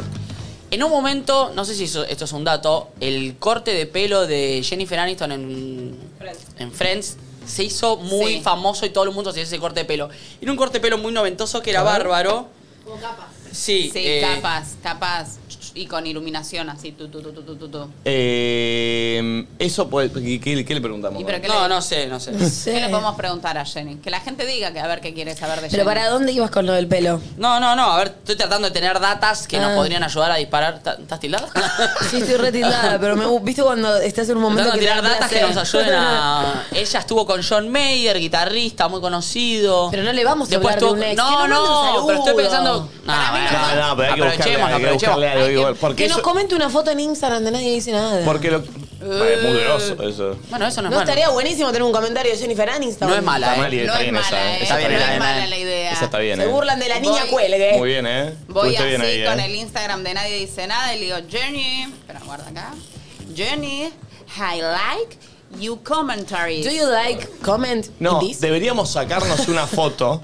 Speaker 4: En un momento, no sé si eso- esto es un dato, el corte de pelo de Jennifer Aniston en Friends, en Friends se hizo muy
Speaker 3: Sí.
Speaker 4: famoso y todo el mundo se hizo ese corte de pelo. Era un corte de pelo muy noventoso que era bárbaro.
Speaker 10: Como capas.
Speaker 4: Sí,
Speaker 3: Sí,
Speaker 4: eh,
Speaker 3: capas, capas. Y con iluminación así, tu, tu, tu, tu, tu, tu, tu.
Speaker 2: Eh, eso puede. ¿qué- ¿qué, qué le preguntamos?
Speaker 3: Y pero que-
Speaker 4: No, no sé, no sé.
Speaker 3: ¿Qué le podemos preguntar a Jenny? Que la gente diga que a ver qué quiere saber de
Speaker 6: Pero
Speaker 3: Jenny.
Speaker 6: ¿para dónde ibas con lo del pelo?
Speaker 4: No, no, no, a ver, estoy tratando de tener datas que nos
Speaker 6: Ah.
Speaker 4: podrían ayudar a disparar. ¿Ta- ¿Estás tildada?
Speaker 6: Sí, estoy retirada, pero me viste cuando estás en un momento
Speaker 4: Tratando
Speaker 6: que
Speaker 4: de tirar
Speaker 6: te da
Speaker 4: datas que
Speaker 6: placer?
Speaker 4: nos ayuden a. Ella estuvo con John Mayer, guitarrista muy conocido.
Speaker 6: Pero no le vamos a
Speaker 4: Después
Speaker 6: hablar de
Speaker 4: estuvo.
Speaker 6: un ex, que
Speaker 4: No,
Speaker 6: nos mande un
Speaker 4: no, pero estoy
Speaker 6: saludo.
Speaker 4: pensando. No,
Speaker 2: No, no, pero hay que buscarle,
Speaker 4: aprovechemos,
Speaker 2: hay que buscarle algo igual. Porque,
Speaker 6: Que
Speaker 2: eso,
Speaker 6: nos comente una foto en Instagram de nadie dice nada.
Speaker 2: porque lo. Ah, es muy groso eso.
Speaker 4: Bueno, eso no
Speaker 6: no
Speaker 4: es malo.
Speaker 6: estaría buenísimo tener un comentario de Jennifer Aniston.
Speaker 4: No es mala,
Speaker 2: Está
Speaker 4: eh.
Speaker 2: mal y
Speaker 3: No
Speaker 2: está
Speaker 3: es
Speaker 2: bien esa. eh.
Speaker 3: mala, eh.
Speaker 2: Esa
Speaker 4: Está
Speaker 2: está bien,
Speaker 3: no es
Speaker 4: bien, está bien,
Speaker 3: mala
Speaker 4: eh.
Speaker 3: la idea.
Speaker 2: Esa está bien,
Speaker 6: Se
Speaker 2: eh.
Speaker 6: burlan de la niña
Speaker 3: Voy-
Speaker 6: cuelgue.
Speaker 2: Muy bien, eh.
Speaker 3: Voy
Speaker 2: Estuviste
Speaker 3: así
Speaker 2: bien ahí,
Speaker 3: con
Speaker 2: eh.
Speaker 3: el Instagram de nadie dice nada y le digo, Jenny, espera, guarda acá. Jenny, I like you commentaries.
Speaker 6: Do you like comment
Speaker 2: No,
Speaker 6: in this?
Speaker 2: deberíamos sacarnos una foto,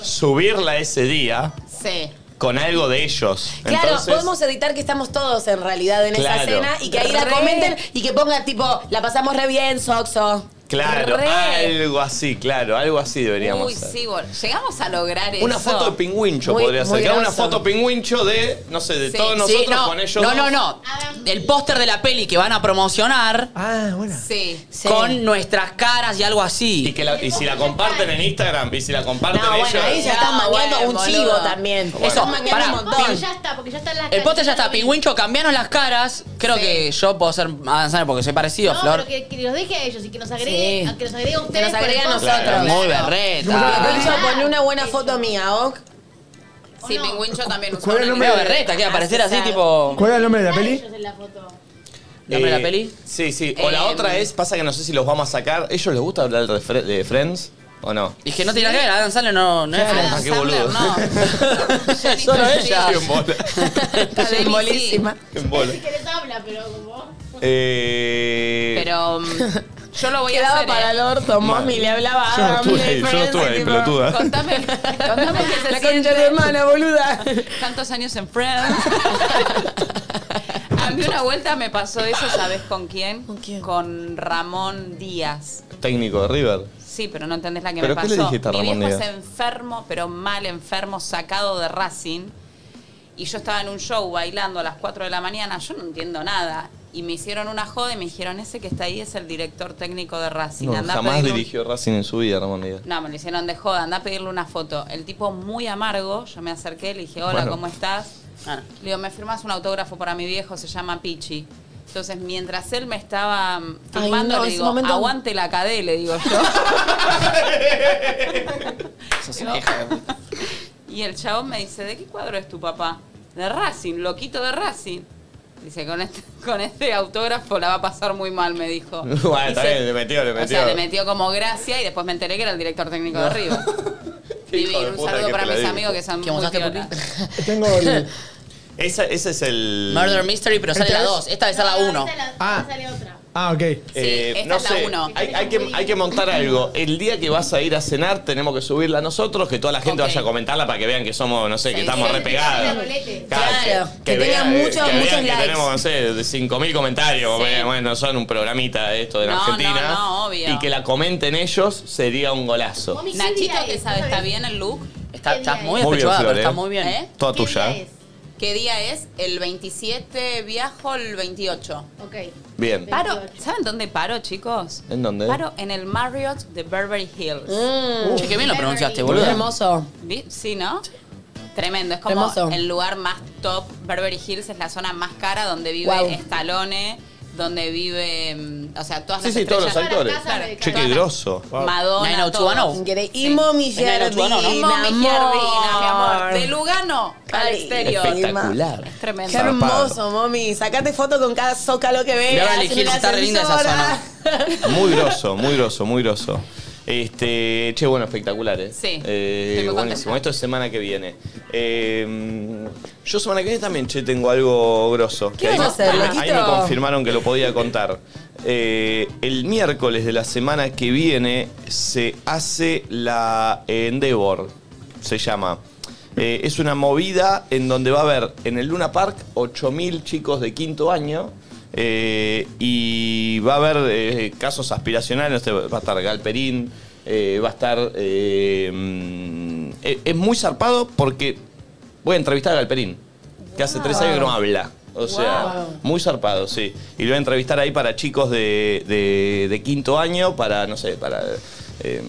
Speaker 2: subirla ese día
Speaker 3: Sí.
Speaker 2: con algo de ellos.
Speaker 6: Claro,
Speaker 2: Entonces,
Speaker 6: podemos editar que estamos todos en realidad en esa
Speaker 2: Claro.
Speaker 6: cena y que ahí la
Speaker 3: Re.
Speaker 6: comenten y que pongan tipo, la pasamos re bien, Soxo.
Speaker 2: Claro,
Speaker 3: Re.
Speaker 2: algo así, claro, algo así deberíamos
Speaker 3: Uy,
Speaker 2: hacer.
Speaker 3: sí, bol- llegamos a lograr eso.
Speaker 2: Una foto de pingüincho
Speaker 6: Muy-
Speaker 2: podría ser.
Speaker 6: muy
Speaker 2: que era una
Speaker 6: grosso.
Speaker 2: foto pingüincho de, no sé, de
Speaker 3: Sí,
Speaker 2: todos
Speaker 3: sí,
Speaker 2: nosotros
Speaker 4: no,
Speaker 2: con ellos.
Speaker 4: no,
Speaker 2: dos.
Speaker 4: no, no. El póster de la peli que van a promocionar
Speaker 13: Ah, buena.
Speaker 3: Sí.
Speaker 6: Sí.
Speaker 4: con nuestras caras y algo así.
Speaker 2: Y, que la- y si la comparten en Instagram, y si la
Speaker 6: No,
Speaker 2: comparten
Speaker 6: bueno,
Speaker 2: ellos. eh,
Speaker 6: ahí ya
Speaker 3: No,
Speaker 6: están mangueando a
Speaker 3: bueno,
Speaker 6: un
Speaker 3: boludo.
Speaker 6: chivo también.
Speaker 2: Bueno.
Speaker 6: Están mangueando
Speaker 10: Ah,
Speaker 4: pará,
Speaker 6: un montón.
Speaker 10: Ya está, porque ya están las
Speaker 4: El póster ya
Speaker 10: caritas
Speaker 4: está,
Speaker 10: de-
Speaker 4: pingüincho, cambianos las caras. Creo
Speaker 3: Sí.
Speaker 4: que yo puedo ser avanzar porque soy parecido,
Speaker 10: No,
Speaker 4: Flor.
Speaker 10: pero que, que los deje a ellos y que nos agregue,
Speaker 6: Sí.
Speaker 10: a que nos agregue a
Speaker 6: Que
Speaker 10: ustedes. Ah,
Speaker 6: nos agregue a nosotros.
Speaker 4: Claro, muy
Speaker 3: Claro.
Speaker 4: berreta.
Speaker 6: Pincho, poné una buena foto mía, ¿ok?
Speaker 3: Sí, pingüincho también usó
Speaker 13: ¿Cuál es el nombre?
Speaker 3: una
Speaker 4: Medio
Speaker 3: iluminación.
Speaker 4: berreta,
Speaker 10: Ah,
Speaker 4: que va a aparecer así
Speaker 6: Asesar.
Speaker 4: tipo.
Speaker 13: ¿Cuál era el nombre de la
Speaker 10: Peli?
Speaker 13: peli?
Speaker 10: ellos en la foto.
Speaker 4: ¿Nombre de la peli?
Speaker 2: Sí, sí. O la
Speaker 4: Eh,
Speaker 2: otra es, pasa que no sé si los vamos a sacar. ¿Ellos les gusta hablar de, Fre- de Friends? ¿O no?
Speaker 4: Y que no tiene nada que ver, Adam Sandler no, no es
Speaker 2: Ah, qué boludo.
Speaker 4: Solo ella.
Speaker 2: Qué bola.
Speaker 6: Soy molísima.
Speaker 2: Qué bola.
Speaker 10: les habla, pero como.
Speaker 2: Eh,
Speaker 3: Pero mm, yo lo voy a
Speaker 6: Quedaba
Speaker 3: hacer.
Speaker 6: para
Speaker 3: eh.
Speaker 6: el orto, Mami le hablaba a
Speaker 2: Yo no
Speaker 6: Adam,
Speaker 2: estuve
Speaker 6: la
Speaker 2: ahí, yo no estuve ahí,
Speaker 6: diferencia,
Speaker 2: pelotuda.
Speaker 3: Contame, contame qué
Speaker 6: tipo,
Speaker 3: se
Speaker 6: La
Speaker 3: siente
Speaker 6: concha de hermana, boluda.
Speaker 3: tantos años en Friends. A mí una vuelta me pasó eso, ¿sabes con quién?
Speaker 6: ¿Con quién?
Speaker 3: Con Ramón Díaz.
Speaker 2: Técnico de River.
Speaker 3: Sí, pero no entendés la que
Speaker 2: ¿Pero
Speaker 3: me
Speaker 2: qué
Speaker 3: pasó.
Speaker 2: le dijiste a
Speaker 3: Mi
Speaker 2: Ramón
Speaker 3: viejo
Speaker 2: Díaz?
Speaker 3: es enfermo, pero mal enfermo, sacado de Racing. Y yo estaba en un show bailando a las 4 de la mañana, yo no entiendo nada. Y me hicieron una joda y me dijeron, ese que está ahí es el director técnico de Racing.
Speaker 2: No,
Speaker 3: Andá a
Speaker 2: jamás
Speaker 3: pedirle un-
Speaker 2: dirigió Racing en su vida, Ramón Díaz.
Speaker 3: no, me lo hicieron de joda, anda a pedirle una foto. El tipo muy amargo, yo me acerqué, le dije, hola,
Speaker 2: Bueno.
Speaker 3: ¿cómo estás?
Speaker 4: Ah, no.
Speaker 3: Le digo, ¿me firmas un autógrafo para mi viejo? Se llama Pichi. Entonces, mientras él me estaba mm,
Speaker 6: Ay,
Speaker 3: firmando,
Speaker 6: no,
Speaker 3: le
Speaker 6: ese
Speaker 3: digo,
Speaker 6: momento-
Speaker 3: aguante la cadena, le digo yo.
Speaker 4: Sos una hija de puta.
Speaker 3: Y el chabón me dice, ¿de qué cuadro es tu papá? De Racing, loquito de Racing. Dice, con este, con este autógrafo la va a pasar muy mal, me dijo.
Speaker 2: Bueno, está
Speaker 3: Dice-
Speaker 2: bien, le metió, le
Speaker 3: O
Speaker 2: metió.
Speaker 3: sea, le metió como gracia y después me enteré que era el director técnico de River.
Speaker 2: Qué hijo de
Speaker 3: Divino, un
Speaker 2: puta
Speaker 3: saludo
Speaker 2: que
Speaker 3: para
Speaker 2: te la
Speaker 3: mis
Speaker 2: digo.
Speaker 3: amigos que son
Speaker 4: ¿Que
Speaker 3: muy
Speaker 4: mostraste
Speaker 3: piola.
Speaker 4: pupil?
Speaker 5: Tengo el.
Speaker 2: Esa- ese es el.
Speaker 4: Murder Mystery, pero sale la
Speaker 5: ¿Entonces?
Speaker 4: 2. Esta vez sale la 1.
Speaker 5: Ah.
Speaker 10: Sale otra.
Speaker 5: Ah, ok.
Speaker 2: Eh,
Speaker 3: Sí, esta
Speaker 2: no
Speaker 3: es la
Speaker 2: sé,
Speaker 3: uno.
Speaker 2: Hay, hay que, hay que montar algo. El día que vas a ir a cenar, tenemos que subirla nosotros, que toda la gente
Speaker 3: Ok.
Speaker 2: vaya a comentarla para que vean que somos, no sé, que
Speaker 3: Sí,
Speaker 2: estamos
Speaker 3: sí,
Speaker 2: re pegadas.
Speaker 10: sí, sí, sí.
Speaker 6: Claro, que tenga
Speaker 2: vean, eh,
Speaker 6: muchos,
Speaker 2: que vean
Speaker 6: muchos
Speaker 2: que
Speaker 6: likes.
Speaker 2: tenemos, no sé, de 5.000 comentarios.
Speaker 3: Sí.
Speaker 2: porque, Bueno, son un programita esto de la
Speaker 3: No,
Speaker 2: Argentina.
Speaker 3: no, no, obvio.
Speaker 2: Y que la comenten ellos sería un golazo.
Speaker 10: Mami, ¿qué
Speaker 3: Nachito,
Speaker 10: día
Speaker 3: que
Speaker 10: es?
Speaker 3: sabe,
Speaker 10: ¿No
Speaker 3: ¿está
Speaker 10: sabés?
Speaker 3: bien el look?
Speaker 4: Está, está muy
Speaker 2: Muy bien,
Speaker 4: despechada, pero
Speaker 2: Flor,
Speaker 4: está
Speaker 2: eh.
Speaker 4: muy bien.
Speaker 3: ¿Eh?
Speaker 2: Toda
Speaker 10: ¿Qué
Speaker 2: tuya.
Speaker 10: día es?
Speaker 3: ¿Qué día es? El 27 viajo, el 28.
Speaker 10: Ok.
Speaker 2: Bien.
Speaker 3: Paro,
Speaker 10: 28.
Speaker 3: ¿saben dónde paro, chicos?
Speaker 2: ¿En dónde?
Speaker 3: Paro en el Marriott de Beverly Hills.
Speaker 4: Che, qué bien lo pronunciaste,
Speaker 6: Boludo,
Speaker 4: boludo.
Speaker 6: hermoso.
Speaker 3: Vi- Sí, ¿no? Tremendo, es como
Speaker 6: Hermoso.
Speaker 3: el lugar más top. Beverly Hills es la zona más cara donde vive
Speaker 6: Guau.
Speaker 3: Stallone, donde vive, mm, o sea, todas
Speaker 2: Sí,
Speaker 3: las
Speaker 2: sí, todos los
Speaker 3: estrellas.
Speaker 2: actores.
Speaker 10: Para casa de-
Speaker 2: Che, qué
Speaker 3: Todas.
Speaker 2: grosso.
Speaker 3: Madonna, todos.
Speaker 4: 90210.
Speaker 6: Increíble.
Speaker 3: Sí.
Speaker 6: Y Momi
Speaker 4: la
Speaker 6: Jardina,
Speaker 4: Lituana, ¿no?
Speaker 3: Y Mami
Speaker 6: amor.
Speaker 3: Gervina, mi amor. De Lugano al
Speaker 6: Ay,
Speaker 3: exterior.
Speaker 2: Espectacular.
Speaker 3: Es
Speaker 6: Qué
Speaker 3: tremendo.
Speaker 6: hermoso, Mami. Sacate foto con cada zócalo que veas.
Speaker 4: Beverly
Speaker 6: en
Speaker 4: Hills,
Speaker 6: el
Speaker 4: está re linda esa
Speaker 6: ascensor.
Speaker 2: Muy grosso, muy grosso, muy groso. Este, che, bueno, espectaculares.
Speaker 3: Sí,
Speaker 2: Eh,
Speaker 3: estoy muy
Speaker 2: buenísimo.
Speaker 3: contenta.
Speaker 2: Esto es semana que viene. Eh, yo semana que viene también, che, tengo algo grosso.
Speaker 6: ¿Qué vas a
Speaker 2: ahí,
Speaker 6: hacer,
Speaker 2: me- ahí
Speaker 6: loquito?
Speaker 2: me confirmaron que lo podía contar. Eh, el miércoles de la semana que viene se hace la Endeavor, se llama. Eh, es una movida en donde va a haber en el Luna Park 8.000 chicos de quinto año eh, y va a haber eh, casos aspiracionales. Este, Va a estar Galperín, eh, va a estar. eh, mm, eh, es muy zarpado porque voy a entrevistar a Galperín, que hace tres años que no habla. O sea, muy zarpado, sí. Y lo voy a entrevistar ahí para chicos de, de- de quinto año, para, no sé, para. eh,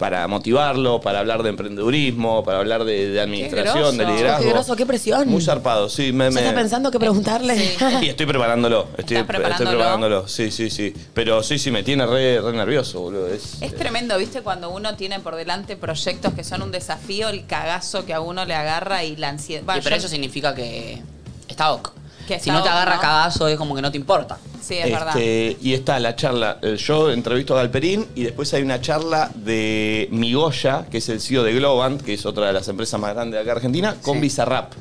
Speaker 2: para motivarlo, para hablar de emprendedurismo, para hablar de, de administración, de
Speaker 3: groso.
Speaker 2: liderazgo.
Speaker 6: Qué groso, qué presión.
Speaker 2: Muy zarpado, sí. Me,
Speaker 6: Ya
Speaker 2: me-
Speaker 6: está pensando qué preguntarle.
Speaker 2: y estoy preparándolo. Estoy,
Speaker 3: ¿Estás preparándolo?
Speaker 2: estoy preparándolo. Sí, sí, sí. Pero sí, sí, me tiene re, re nervioso, boludo. Es,
Speaker 3: Es tremendo, ¿viste? Cuando uno tiene por delante proyectos que son un desafío, el cagazo que a uno le agarra y la ansiedad. Va,
Speaker 4: Y pero
Speaker 3: yo-
Speaker 4: eso significa que está ok.
Speaker 3: Que está
Speaker 4: si no te
Speaker 3: ok,
Speaker 4: agarra
Speaker 3: ¿no?
Speaker 4: cagazo, es como que no te importa.
Speaker 3: Sí, es verdad.
Speaker 2: Este, y está la charla. eh, Yo entrevisto a Galperín y después hay una charla de Migoya, que es el CEO de Globant, que es otra de las empresas más grandes de acá de Argentina, con Bizarrap.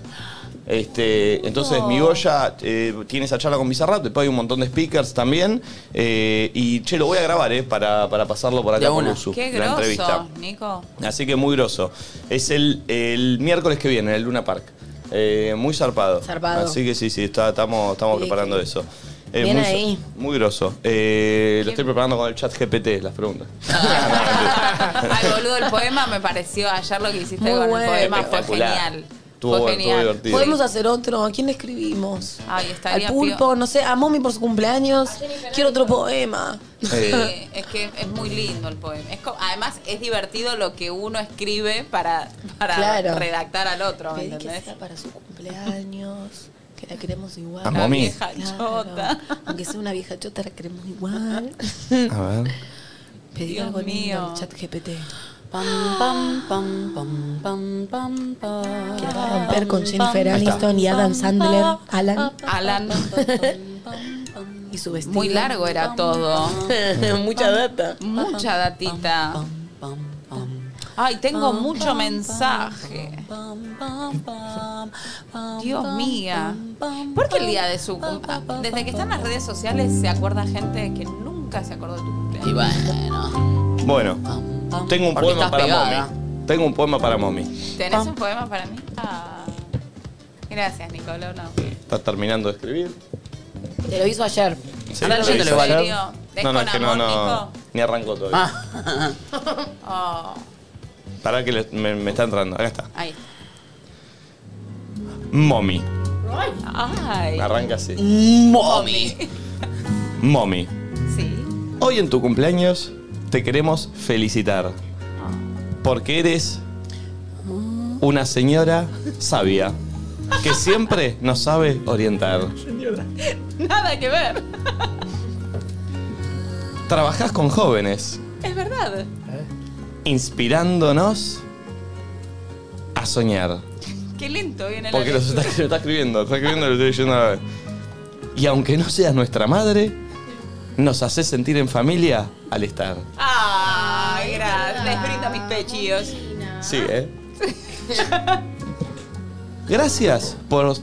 Speaker 2: Este, entonces Migoya eh, tiene esa charla con Bizarrap, después hay un montón de speakers también. eh, y che, lo voy a grabar, eh, para, para pasarlo por
Speaker 4: De
Speaker 2: acá con
Speaker 4: una.
Speaker 2: Luzu,
Speaker 3: Qué
Speaker 2: la entrevista.
Speaker 3: groso, Nico.
Speaker 2: Así que muy grosso. Es el, el miércoles que viene, en el Luna Park. Eh, muy zarpado.
Speaker 6: Zarpado.
Speaker 2: Así que sí, sí, está- estamos, estamos
Speaker 6: Sí,
Speaker 2: preparando
Speaker 6: sí.
Speaker 2: eso. Eh,
Speaker 6: Bien
Speaker 2: muy,
Speaker 6: ahí.
Speaker 2: Muy grosso. Eh, lo estoy preparando con el chat GPT, las preguntas.
Speaker 3: Al boludo, el poema me pareció ayer lo que hiciste
Speaker 6: Muy
Speaker 3: con
Speaker 6: bueno.
Speaker 3: el poema fue
Speaker 2: Espectacular.
Speaker 3: genial.
Speaker 2: Estuvo
Speaker 3: fue
Speaker 2: bueno, estuvo
Speaker 3: genial.
Speaker 2: divertido.
Speaker 6: Podemos hacer otro. ¿A quién le escribimos?
Speaker 3: Ay,
Speaker 6: Al
Speaker 3: estaría
Speaker 6: pulpo, no sé, a Momi por su cumpleaños. Quiero otro poema.
Speaker 2: Eh,
Speaker 3: Sí, es que es muy lindo el poema. Es co- además, es divertido lo que uno escribe para, para
Speaker 6: Claro.
Speaker 3: redactar al otro, ¿me
Speaker 6: Pedí que
Speaker 3: entendés?
Speaker 6: sea para su cumpleaños, que la queremos igual.
Speaker 2: A
Speaker 3: La
Speaker 2: Momi.
Speaker 3: vieja chota.
Speaker 6: Aunque sea una vieja chota, la queremos igual.
Speaker 2: a ver.
Speaker 6: Pedí
Speaker 3: Dios
Speaker 6: algo
Speaker 3: mío.
Speaker 6: mío. chat GPT.
Speaker 4: Pam, pam, pam, pam, pam, pam, pam.
Speaker 6: Que la va a romper con Jennifer Aniston y Adam Sandler, Alan.
Speaker 3: Alan.
Speaker 6: Y su vestido.
Speaker 3: Muy largo era todo.
Speaker 6: Mucha data.
Speaker 3: Mucha datita.
Speaker 4: Pam, pam,
Speaker 3: Ay, tengo mucho mensaje. Dios mía. ¿Por qué el día de su cumpleaños? Desde que están las redes sociales se acuerda gente que nunca se acordó de tu cumpleaños.
Speaker 4: Y bueno.
Speaker 2: Bueno, tengo un
Speaker 4: Porque
Speaker 2: poema
Speaker 4: estás
Speaker 2: para
Speaker 4: pegada.
Speaker 2: mommy. Tengo un poema para mommy.
Speaker 3: ¿Tenés un poema para mí? Ah. Gracias, Nicolás. No.
Speaker 2: Está terminando de escribir.
Speaker 6: Te lo hizo ayer.
Speaker 2: Sí,
Speaker 4: Anda
Speaker 2: lo
Speaker 4: leyéndolo
Speaker 2: hizo
Speaker 4: igual.
Speaker 2: ayer.
Speaker 3: ¿Ves
Speaker 2: No, no,
Speaker 3: con
Speaker 2: es que no,
Speaker 3: amor,
Speaker 2: no.
Speaker 3: Nico?
Speaker 2: Ni arrancó todavía.
Speaker 4: Ah.
Speaker 3: Oh,
Speaker 2: Pará que le- me, me está entrando. Acá está.
Speaker 3: ahí.
Speaker 2: Mommy.
Speaker 3: Ay.
Speaker 2: Arranca así.
Speaker 4: Mommy.
Speaker 2: Mommy.
Speaker 3: Sí.
Speaker 2: Hoy en tu cumpleaños te queremos felicitar.
Speaker 3: Ah.
Speaker 2: Porque eres una señora sabia que siempre nos sabe orientar.
Speaker 3: Nada que ver.
Speaker 2: Trabajás con jóvenes,
Speaker 3: Es verdad.
Speaker 6: ¿Eh?
Speaker 2: inspirándonos a soñar.
Speaker 3: Qué lento viene
Speaker 2: Porque
Speaker 3: la
Speaker 2: los está,
Speaker 3: lectura.
Speaker 2: lo está escribiendo, está escribiendo, lo estoy diciendo a ver. Y aunque no seas nuestra madre, nos haces sentir en familia al estar.
Speaker 3: Ay, gracias. Les brindo mis pechillos.
Speaker 2: Sí, ¿eh? Gracias por,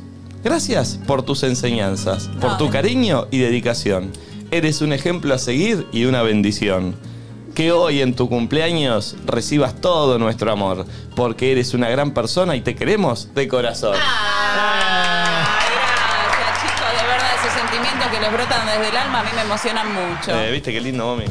Speaker 2: gracias por tus enseñanzas, por tu cariño y dedicación. Eres un ejemplo a seguir y una bendición. Que hoy en tu cumpleaños recibas todo nuestro amor, porque eres una gran persona y te queremos de corazón.
Speaker 3: Ah, Ay, gracias, chicos. De verdad, esos sentimientos que les brotan desde el alma a mí me emocionan mucho.
Speaker 2: Eh, ¿Viste qué lindo, mami?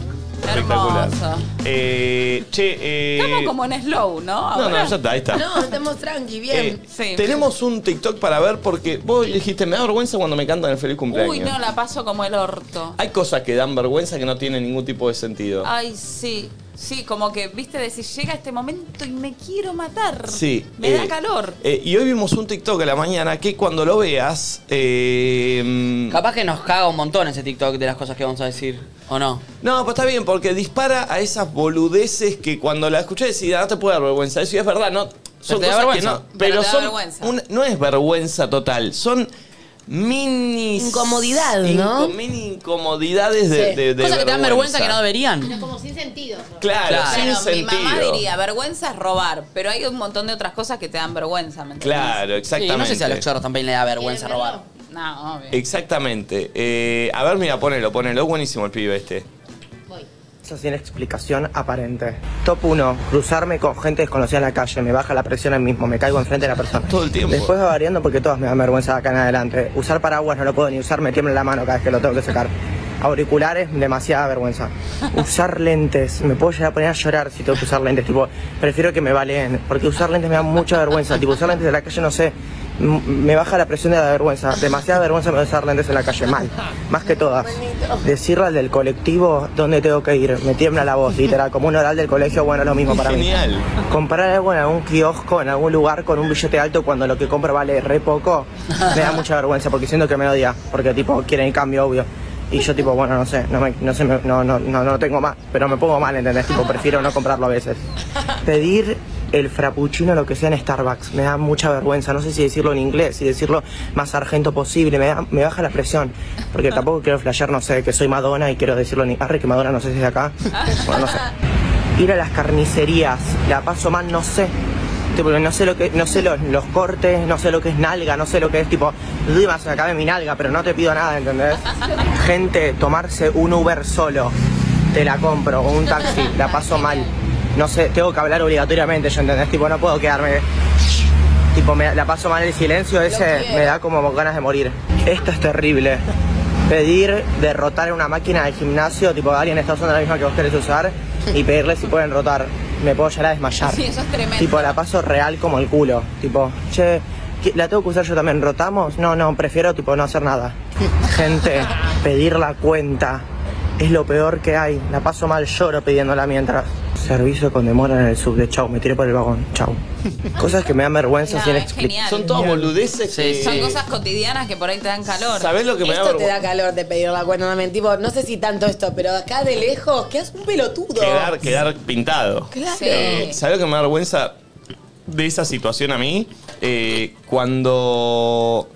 Speaker 2: Espectacular.
Speaker 3: Hermoso.
Speaker 2: Eh, che, eh,
Speaker 3: Estamos como en slow, ¿no?
Speaker 2: No,
Speaker 3: Ahora.
Speaker 2: no, ya está, ahí está.
Speaker 6: No, estamos tranqui,
Speaker 2: Eh,
Speaker 6: bien.
Speaker 3: Sí.
Speaker 2: Tenemos un TikTok para ver porque vos dijiste, me da vergüenza cuando me cantan el feliz cumpleaños.
Speaker 3: Uy, no, la paso como el orto.
Speaker 2: Hay cosas que dan vergüenza que no tienen ningún tipo de sentido.
Speaker 3: Ay, sí. Sí, como que, viste, decir, llega este momento y me quiero matar.
Speaker 2: Sí.
Speaker 3: Me da
Speaker 2: eh,
Speaker 3: calor.
Speaker 2: eh, y hoy vimos un TikTok a la mañana que cuando lo veas. eh, mm,
Speaker 4: Capaz que nos caga un montón ese TikTok de las cosas que vamos a decir, ¿o no?
Speaker 2: no, pues está bien, porque dispara a esas boludeces que cuando la escuché decís, "Ah, no te puede dar vergüenza. Eso y es verdad, no. Son
Speaker 4: te da
Speaker 2: cosas que
Speaker 4: vergüenza.
Speaker 2: no.
Speaker 3: Pero
Speaker 2: Pero
Speaker 3: te da
Speaker 2: son.
Speaker 3: vergüenza.
Speaker 2: un- no es vergüenza total, son. Mini.
Speaker 6: Incomodidad, ¿no?
Speaker 2: mini incomodidades de,
Speaker 6: Sí.
Speaker 2: de- de
Speaker 4: cosas que te dan vergüenza que no deberían.
Speaker 7: Como sin sentido. ¿no?
Speaker 2: Claro,
Speaker 4: Claro.
Speaker 2: sin
Speaker 3: Claro, mi
Speaker 2: sentido.
Speaker 3: mamá diría, vergüenza es robar, pero hay un montón de otras cosas que te dan vergüenza, ¿me entendés?
Speaker 2: Claro,
Speaker 4: Sí,
Speaker 2: exactamente.
Speaker 4: no sé si a los chorros también le da vergüenza
Speaker 7: ¿Quieren
Speaker 4: robar.
Speaker 7: verlo?
Speaker 3: No, obvio.
Speaker 2: Exactamente. Eh, a ver, mira, ponelo, ponelo. Buenísimo el pibe este.
Speaker 7: Voy.
Speaker 13: Eso tiene explicación aparente. Top 1. Cruzarme con gente desconocida en la calle. Me baja la presión al mismo. Me caigo enfrente de la persona.
Speaker 2: Todo el tiempo.
Speaker 13: Después va variando porque todas me dan vergüenza de acá en adelante. Usar paraguas no lo puedo ni usar. Me tiembla la mano cada vez que lo tengo que sacar. Auriculares, demasiada vergüenza. Usar lentes. Me puedo llegar a poner a llorar si tengo que usar lentes. Tipo, prefiero que me valen. Porque usar lentes me da mucha vergüenza. Tipo, usar lentes en la calle no sé. m- Me baja la presión de la vergüenza. Demasiada vergüenza me da usar lentes en la calle. Mal. Más que todas. Decirle al del colectivo dónde tengo que ir. Me tiembla la voz, literal. Como un oral del colegio, bueno, es lo mismo para mí.
Speaker 2: Genial.
Speaker 13: Comprar algo en algún kiosco, en algún lugar con un billete alto cuando lo que compro vale re poco, me da mucha vergüenza porque siento que me odia, porque tipo quieren el cambio, obvio. Y yo tipo, bueno, no sé, no, me- no, sé, me- no, no, no, no tengo más, pero me pongo mal, ¿entendés? Tipo, prefiero no comprarlo a veces. Pedir el frappuccino, lo que sea en Starbucks, me da mucha vergüenza, no sé si decirlo en inglés, si decirlo más sargento posible, me, da- me baja la presión, porque tampoco quiero flashear, no sé, que soy Madonna y quiero decirlo en arre que Madonna no sé si es de acá, bueno, no sé ir a las carnicerías, la paso mal, no sé. Tipo, no sé lo que, no sé los, los cortes, no sé lo que es nalga, no sé lo que es tipo, Dima, se me acabe mi nalga, pero no te pido nada, ¿entendés? Gente, tomarse un Uber solo, te la compro, o un taxi, la paso mal. No sé, tengo que hablar obligatoriamente, ¿yo entendés? Tipo, no puedo quedarme. Tipo, me, la paso mal el silencio ese, me da como ganas de morir. Esto es terrible. Pedir derrotar en una máquina de gimnasio, tipo alguien está usando la misma que vos querés usar, y pedirle si pueden rotar. Me puedo llegar a desmayar.
Speaker 3: Sí, eso es tremendo.
Speaker 13: Tipo, la paso real como el culo. Tipo, che, ¿qué- ¿la tengo que usar yo también? ¿Rotamos? No, no, prefiero tipo no hacer nada. Gente, pedir la cuenta es lo peor que hay. La paso mal, lloro pidiéndola mientras. Servicio con demora en el subte. Chau, me tiro por el vagón. Chau. Cosas que me dan vergüenza
Speaker 3: No,
Speaker 13: sin
Speaker 3: es
Speaker 13: explicar.
Speaker 3: genial.
Speaker 2: Son todas boludeces
Speaker 4: Sí,
Speaker 2: que.
Speaker 3: Son cosas cotidianas que por ahí te dan calor.
Speaker 2: ¿Sabés lo que me da
Speaker 6: Esto te da
Speaker 2: vergüenza?
Speaker 6: calor de pedir la cuenta también. Tipo, no sé si tanto esto, pero acá de lejos quedas un pelotudo.
Speaker 2: Quedar, quedar pintado. Eh,
Speaker 6: Claro.
Speaker 3: Sí.
Speaker 2: ¿Sabes lo que me da vergüenza de esa situación a mí? Eh, cuando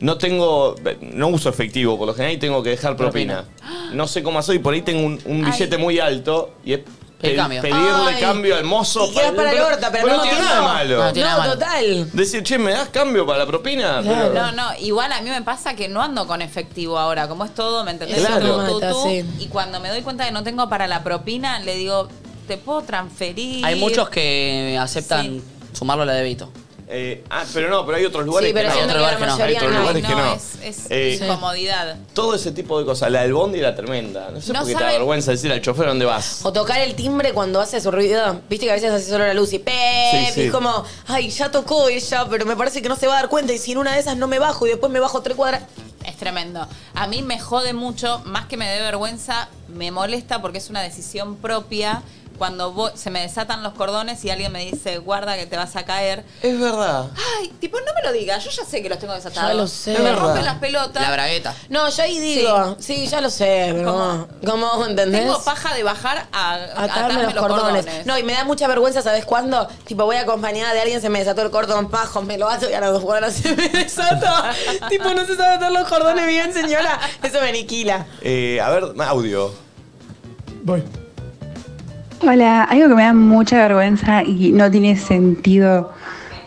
Speaker 2: no tengo, no uso efectivo por lo general y tengo que dejar propina. No sé cómo soy, por ahí tengo un, un billete muy alto y es
Speaker 4: El
Speaker 2: pe-
Speaker 4: cambio.
Speaker 2: Pedirle
Speaker 6: Ay.
Speaker 2: cambio al mozo.
Speaker 6: Y quedas para el orto, pero al mismo
Speaker 2: tiene
Speaker 6: tiempo-
Speaker 2: nada de malo.
Speaker 4: No, tiene nada de malo.
Speaker 6: total.
Speaker 2: Decir, che, ¿me das cambio para la propina? Pero-
Speaker 3: No, no, igual a mí me pasa que no ando con efectivo ahora, como es todo, ¿me entendés?
Speaker 6: Eso
Speaker 3: Tú,
Speaker 6: me
Speaker 3: tú,
Speaker 6: mata,
Speaker 3: tú,
Speaker 6: sí.
Speaker 3: Y cuando me doy cuenta que no tengo para la propina, le digo, ¿te puedo transferir?
Speaker 4: Hay muchos que aceptan
Speaker 3: Sí.
Speaker 4: sumarlo a la débito.
Speaker 2: Eh, ah, pero no, pero hay otros lugares
Speaker 6: Sí, pero
Speaker 2: que no.
Speaker 6: siento que la
Speaker 4: Hay otros
Speaker 6: mayoría
Speaker 2: Hay otros
Speaker 6: no.
Speaker 2: lugares que no.
Speaker 3: Es, es
Speaker 2: Eh,
Speaker 3: incomodidad.
Speaker 2: Todo ese tipo de cosas. La del bondi era tremenda. No sé
Speaker 3: No
Speaker 2: por qué te
Speaker 3: sabe-
Speaker 2: da vergüenza decir al chofer dónde vas.
Speaker 6: O tocar el timbre cuando hace su ruido. Viste que a veces hace solo la luz y pep.
Speaker 2: Sí, sí.
Speaker 6: Y es como, ay, ya tocó ella, pero me parece que no se va a dar cuenta. Y si en una de esas no me bajo y después me bajo tres cuadras.
Speaker 3: Es tremendo. A mí me jode mucho, más que me dé vergüenza, me molesta porque es una decisión propia. Cuando voy- se me desatan los cordones y alguien me dice, guarda que te vas a caer.
Speaker 2: Es verdad.
Speaker 3: Ay, tipo, no me lo digas, yo ya sé que los tengo desatados.
Speaker 6: Ya lo sé.
Speaker 3: Me
Speaker 6: Es
Speaker 3: rompen
Speaker 6: verdad.
Speaker 3: las pelotas.
Speaker 4: La bragueta.
Speaker 6: No, yo ahí digo, sí, ya lo sé, pero
Speaker 3: Como-
Speaker 6: ¿cómo, ¿Cómo? entendés?
Speaker 3: Tengo paja de bajar a a
Speaker 6: Atarme los cordones. No, y me da mucha vergüenza, ¿sabes cuándo? Tipo, voy acompañada de alguien, se me desató el cordón, pajo, me lo ato y a las dos cuadras se me desata. tipo, no se sabe atar los cordones bien, señora. Eso me aniquila.
Speaker 2: Eh, a ver, audio.
Speaker 5: Voy.
Speaker 15: Hola, algo que me da mucha vergüenza y no tiene sentido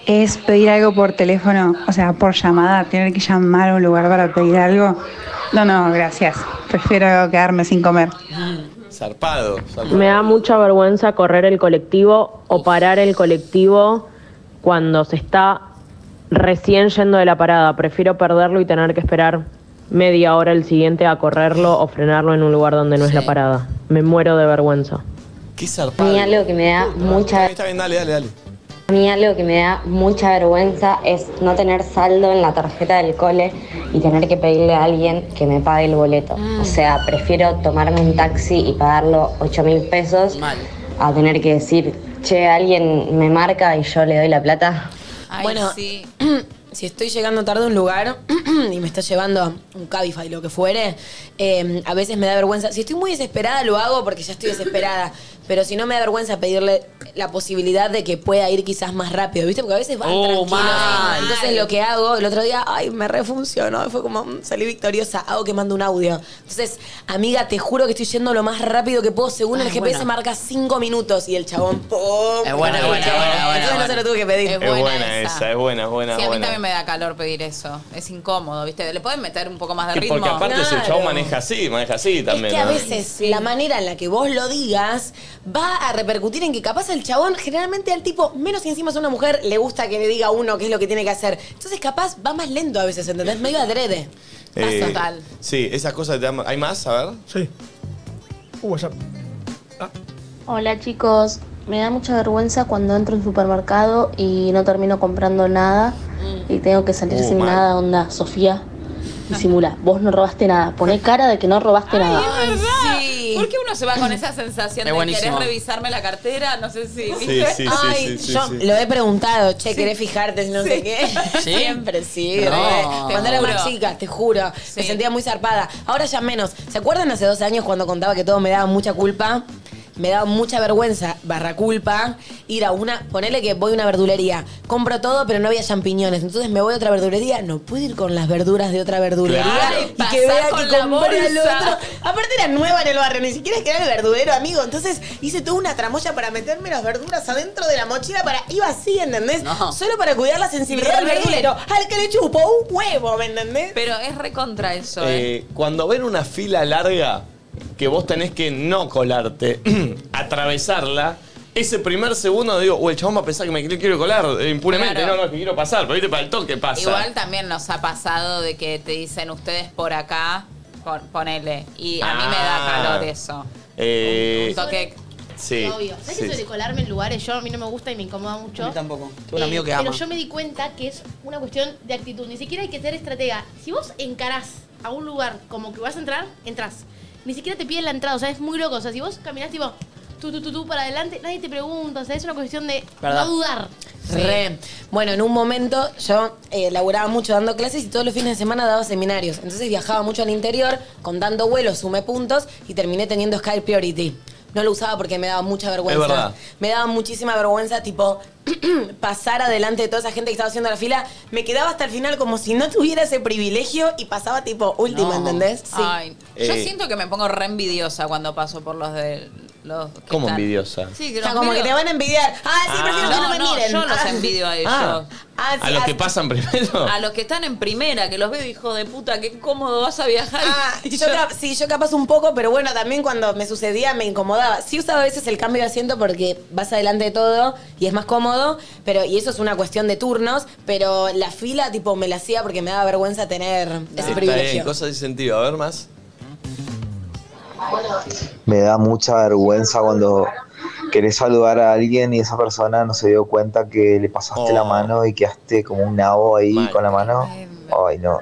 Speaker 15: es pedir algo por teléfono, o sea, por llamada, tener que llamar a un lugar para pedir algo. No, no, gracias. Prefiero quedarme sin comer.
Speaker 2: Zarpado. zarpado.
Speaker 16: Me da mucha vergüenza correr el colectivo o parar el colectivo cuando se está recién yendo de la parada. Prefiero perderlo y tener que esperar media hora el siguiente a correrlo o frenarlo en un lugar donde no es la parada. Me muero de vergüenza.
Speaker 2: Qué zarpado.
Speaker 17: que me da
Speaker 2: Está bien, está bien, dale, dale, dale.
Speaker 17: A mí algo que me da mucha vergüenza es no tener saldo en la tarjeta del cole y tener que pedirle a alguien que me pague el boleto. O sea, prefiero tomarme un taxi y pagarlo 8 mil pesos
Speaker 4: Mal.
Speaker 17: a tener que decir, che, alguien me marca y yo le doy la plata.
Speaker 6: bueno, si estoy llegando tarde a un lugar y me está llevando un Cabify, lo que fuere, eh, a veces me da vergüenza. Si estoy muy desesperada, lo hago porque ya estoy desesperada. Pero si no, me da vergüenza pedirle la posibilidad de que pueda ir quizás más rápido, ¿viste? Porque a veces van
Speaker 4: Oh,
Speaker 6: tranquilos.
Speaker 4: mal.
Speaker 6: Entonces, lo que hago, el otro día, ay, me refuncionó. Fue como, mm, salí victoriosa, hago que mando un audio. Entonces, amiga, te juro que estoy yendo lo más rápido que puedo. Según el
Speaker 4: Ay,
Speaker 6: GPS,
Speaker 4: buena.
Speaker 6: marca cinco minutos y el chabón, ¡pum!
Speaker 4: Es buena,
Speaker 6: Entonces,
Speaker 4: buena, buena, buena,
Speaker 6: no se
Speaker 4: buena.
Speaker 6: lo tuve que pedir.
Speaker 3: Es
Speaker 2: Es buena,
Speaker 3: buena
Speaker 2: esa.
Speaker 3: esa.
Speaker 2: es buena, es buena, es
Speaker 3: Sí, a mí
Speaker 2: buena.
Speaker 3: también me da calor pedir eso. Es incómodo, ¿viste? Le pueden meter un poco más de
Speaker 2: Que
Speaker 3: ritmo.
Speaker 2: porque aparte si el
Speaker 6: Claro.
Speaker 2: chavo maneja así, maneja así también.
Speaker 6: Es que a
Speaker 2: ¿no?
Speaker 6: veces la manera en la que vos lo digas va a repercutir en que capaz el chabón, generalmente al tipo, menos si encima es una mujer, le gusta que le diga a uno qué es lo que tiene que hacer. Entonces capaz va más lento a veces, ¿entendés? Medio adrede.
Speaker 2: Eh,
Speaker 3: total.
Speaker 2: Sí, esas cosas te dan- ¿Hay más? A ver.
Speaker 5: Sí. Uh, WhatsApp.
Speaker 9: Hola chicos, me da mucha vergüenza cuando entro en un supermercado y no termino comprando nada y tengo que salir
Speaker 2: Uh,
Speaker 9: sin
Speaker 2: mal.
Speaker 9: nada, onda, Sofía, disimula, vos no robaste nada, poné cara de que no robaste nada.
Speaker 3: Ay, sí. ¿Por qué uno se va con esa sensación
Speaker 4: Es
Speaker 3: de querés
Speaker 4: buenísimo.
Speaker 3: revisarme la cartera? No sé si.
Speaker 2: Sí, sí, sí,
Speaker 6: Ay,
Speaker 2: sí, sí,
Speaker 6: yo
Speaker 2: sí.
Speaker 6: lo he preguntado, che, querés fijarte, si no sé qué.
Speaker 4: ¿Sí?
Speaker 6: Siempre, sí.
Speaker 4: No.
Speaker 6: re.
Speaker 4: Te
Speaker 6: eh, Cuando era
Speaker 3: juro.
Speaker 6: más chica, te juro. Me sentía muy zarpada. Ahora ya menos. ¿Se acuerdan hace dos años cuando contaba que todo me daba mucha culpa? Me daba mucha vergüenza, barra culpa, ir a una, ponele que voy a una verdulería, compro todo, pero no había champiñones, entonces me voy a otra verdulería, no puedo ir con las verduras de otra verdulería
Speaker 2: Claro.
Speaker 6: y que
Speaker 3: Pasar
Speaker 6: vea
Speaker 3: con
Speaker 6: que
Speaker 3: la
Speaker 6: compré al
Speaker 3: bolsa.
Speaker 6: otro. Aparte era nueva en el barrio, ni siquiera es que era el verdulero, amigo. Entonces hice toda una tramoya para meterme las verduras adentro de la mochila para. Iba así, ¿entendés?
Speaker 4: No.
Speaker 6: Solo para cuidar la sensibilidad del
Speaker 3: Re.
Speaker 6: verdulero. Al que le chupo un huevo, ¿me entendés?
Speaker 3: Pero es recontra eso, ¿eh?
Speaker 2: Eh, cuando ven una fila larga que vos tenés que no colarte, atravesarla, ese primer segundo digo, o el chabón va a pensar que me quiero colar eh, impunemente.
Speaker 3: Claro.
Speaker 2: No, no, es que quiero pasar, pero viste, para el toque pasa.
Speaker 3: Igual también nos ha pasado de que te dicen ustedes por acá, pon- ponele. Y a mí me da
Speaker 2: Ah.
Speaker 3: calor eso.
Speaker 2: Eh,
Speaker 3: Un toque.
Speaker 2: sí.
Speaker 7: Obvio. ¿Sabes
Speaker 2: sí,
Speaker 7: eso de
Speaker 2: sí.
Speaker 7: colarme en lugares? Yo a mí no me gusta y me incomoda mucho.
Speaker 4: Yo tampoco. Tengo un
Speaker 7: Eh,
Speaker 4: amigo que
Speaker 7: pero
Speaker 4: ama.
Speaker 7: yo me di cuenta que es una cuestión de actitud. Ni siquiera hay que ser estratega. Si vos encarás a un lugar como que vas a entrar, entras. Ni siquiera te piden la entrada. O sea, es muy loco. O sea, si vos caminás tipo tú, tú, tú, tú para adelante, nadie te pregunta. O sea, es una cuestión de
Speaker 4: Verdad.
Speaker 7: no dudar.
Speaker 6: Re. Bueno, en un momento yo eh, laburaba mucho dando clases y todos los fines de semana daba seminarios. Entonces viajaba mucho al interior, contando vuelos, sumé puntos y terminé teniendo Sky Priority. No lo usaba porque me daba mucha vergüenza.
Speaker 2: Es verdad.
Speaker 6: Me daba muchísima vergüenza, tipo, pasar adelante de toda esa gente que estaba haciendo la fila. Me quedaba hasta el final como si no tuviera ese privilegio y pasaba, tipo, última,
Speaker 4: No.
Speaker 6: ¿entendés? Sí.
Speaker 3: Ay, yo
Speaker 2: Eh.
Speaker 3: siento que me pongo re envidiosa cuando paso por los de Los que
Speaker 14: ¿Cómo
Speaker 3: están-
Speaker 14: envidiosa?
Speaker 3: Sí,
Speaker 6: O sea, como que te van a envidiar. Ah, sí,
Speaker 3: Ah.
Speaker 6: prefiero que no
Speaker 3: No,
Speaker 6: me
Speaker 3: no,
Speaker 6: miren.
Speaker 3: yo los
Speaker 6: Ah.
Speaker 3: envidio a ellos.
Speaker 6: Ah. Ah, sí,
Speaker 14: ¿A los
Speaker 6: ah,
Speaker 14: que pasan primero?
Speaker 3: A los que están en primera, que los veo, hijo de puta, qué cómodo vas a viajar.
Speaker 6: Ah, Yo cap- sí, yo capaz un poco, pero bueno, también cuando me sucedía me incomodaba. Sí usaba a veces el cambio de asiento porque vas adelante de todo y es más cómodo, pero y eso es una cuestión de turnos, pero la fila tipo me la hacía porque me daba vergüenza tener ese
Speaker 2: Está bien,
Speaker 6: privilegio.
Speaker 2: cosas de sentido. A ver más.
Speaker 18: Me da mucha vergüenza cuando querés saludar a alguien y esa persona no se dio cuenta que le pasaste
Speaker 2: Oh.
Speaker 18: la mano y quedaste como un nabo ahí con la mano. Ay, no.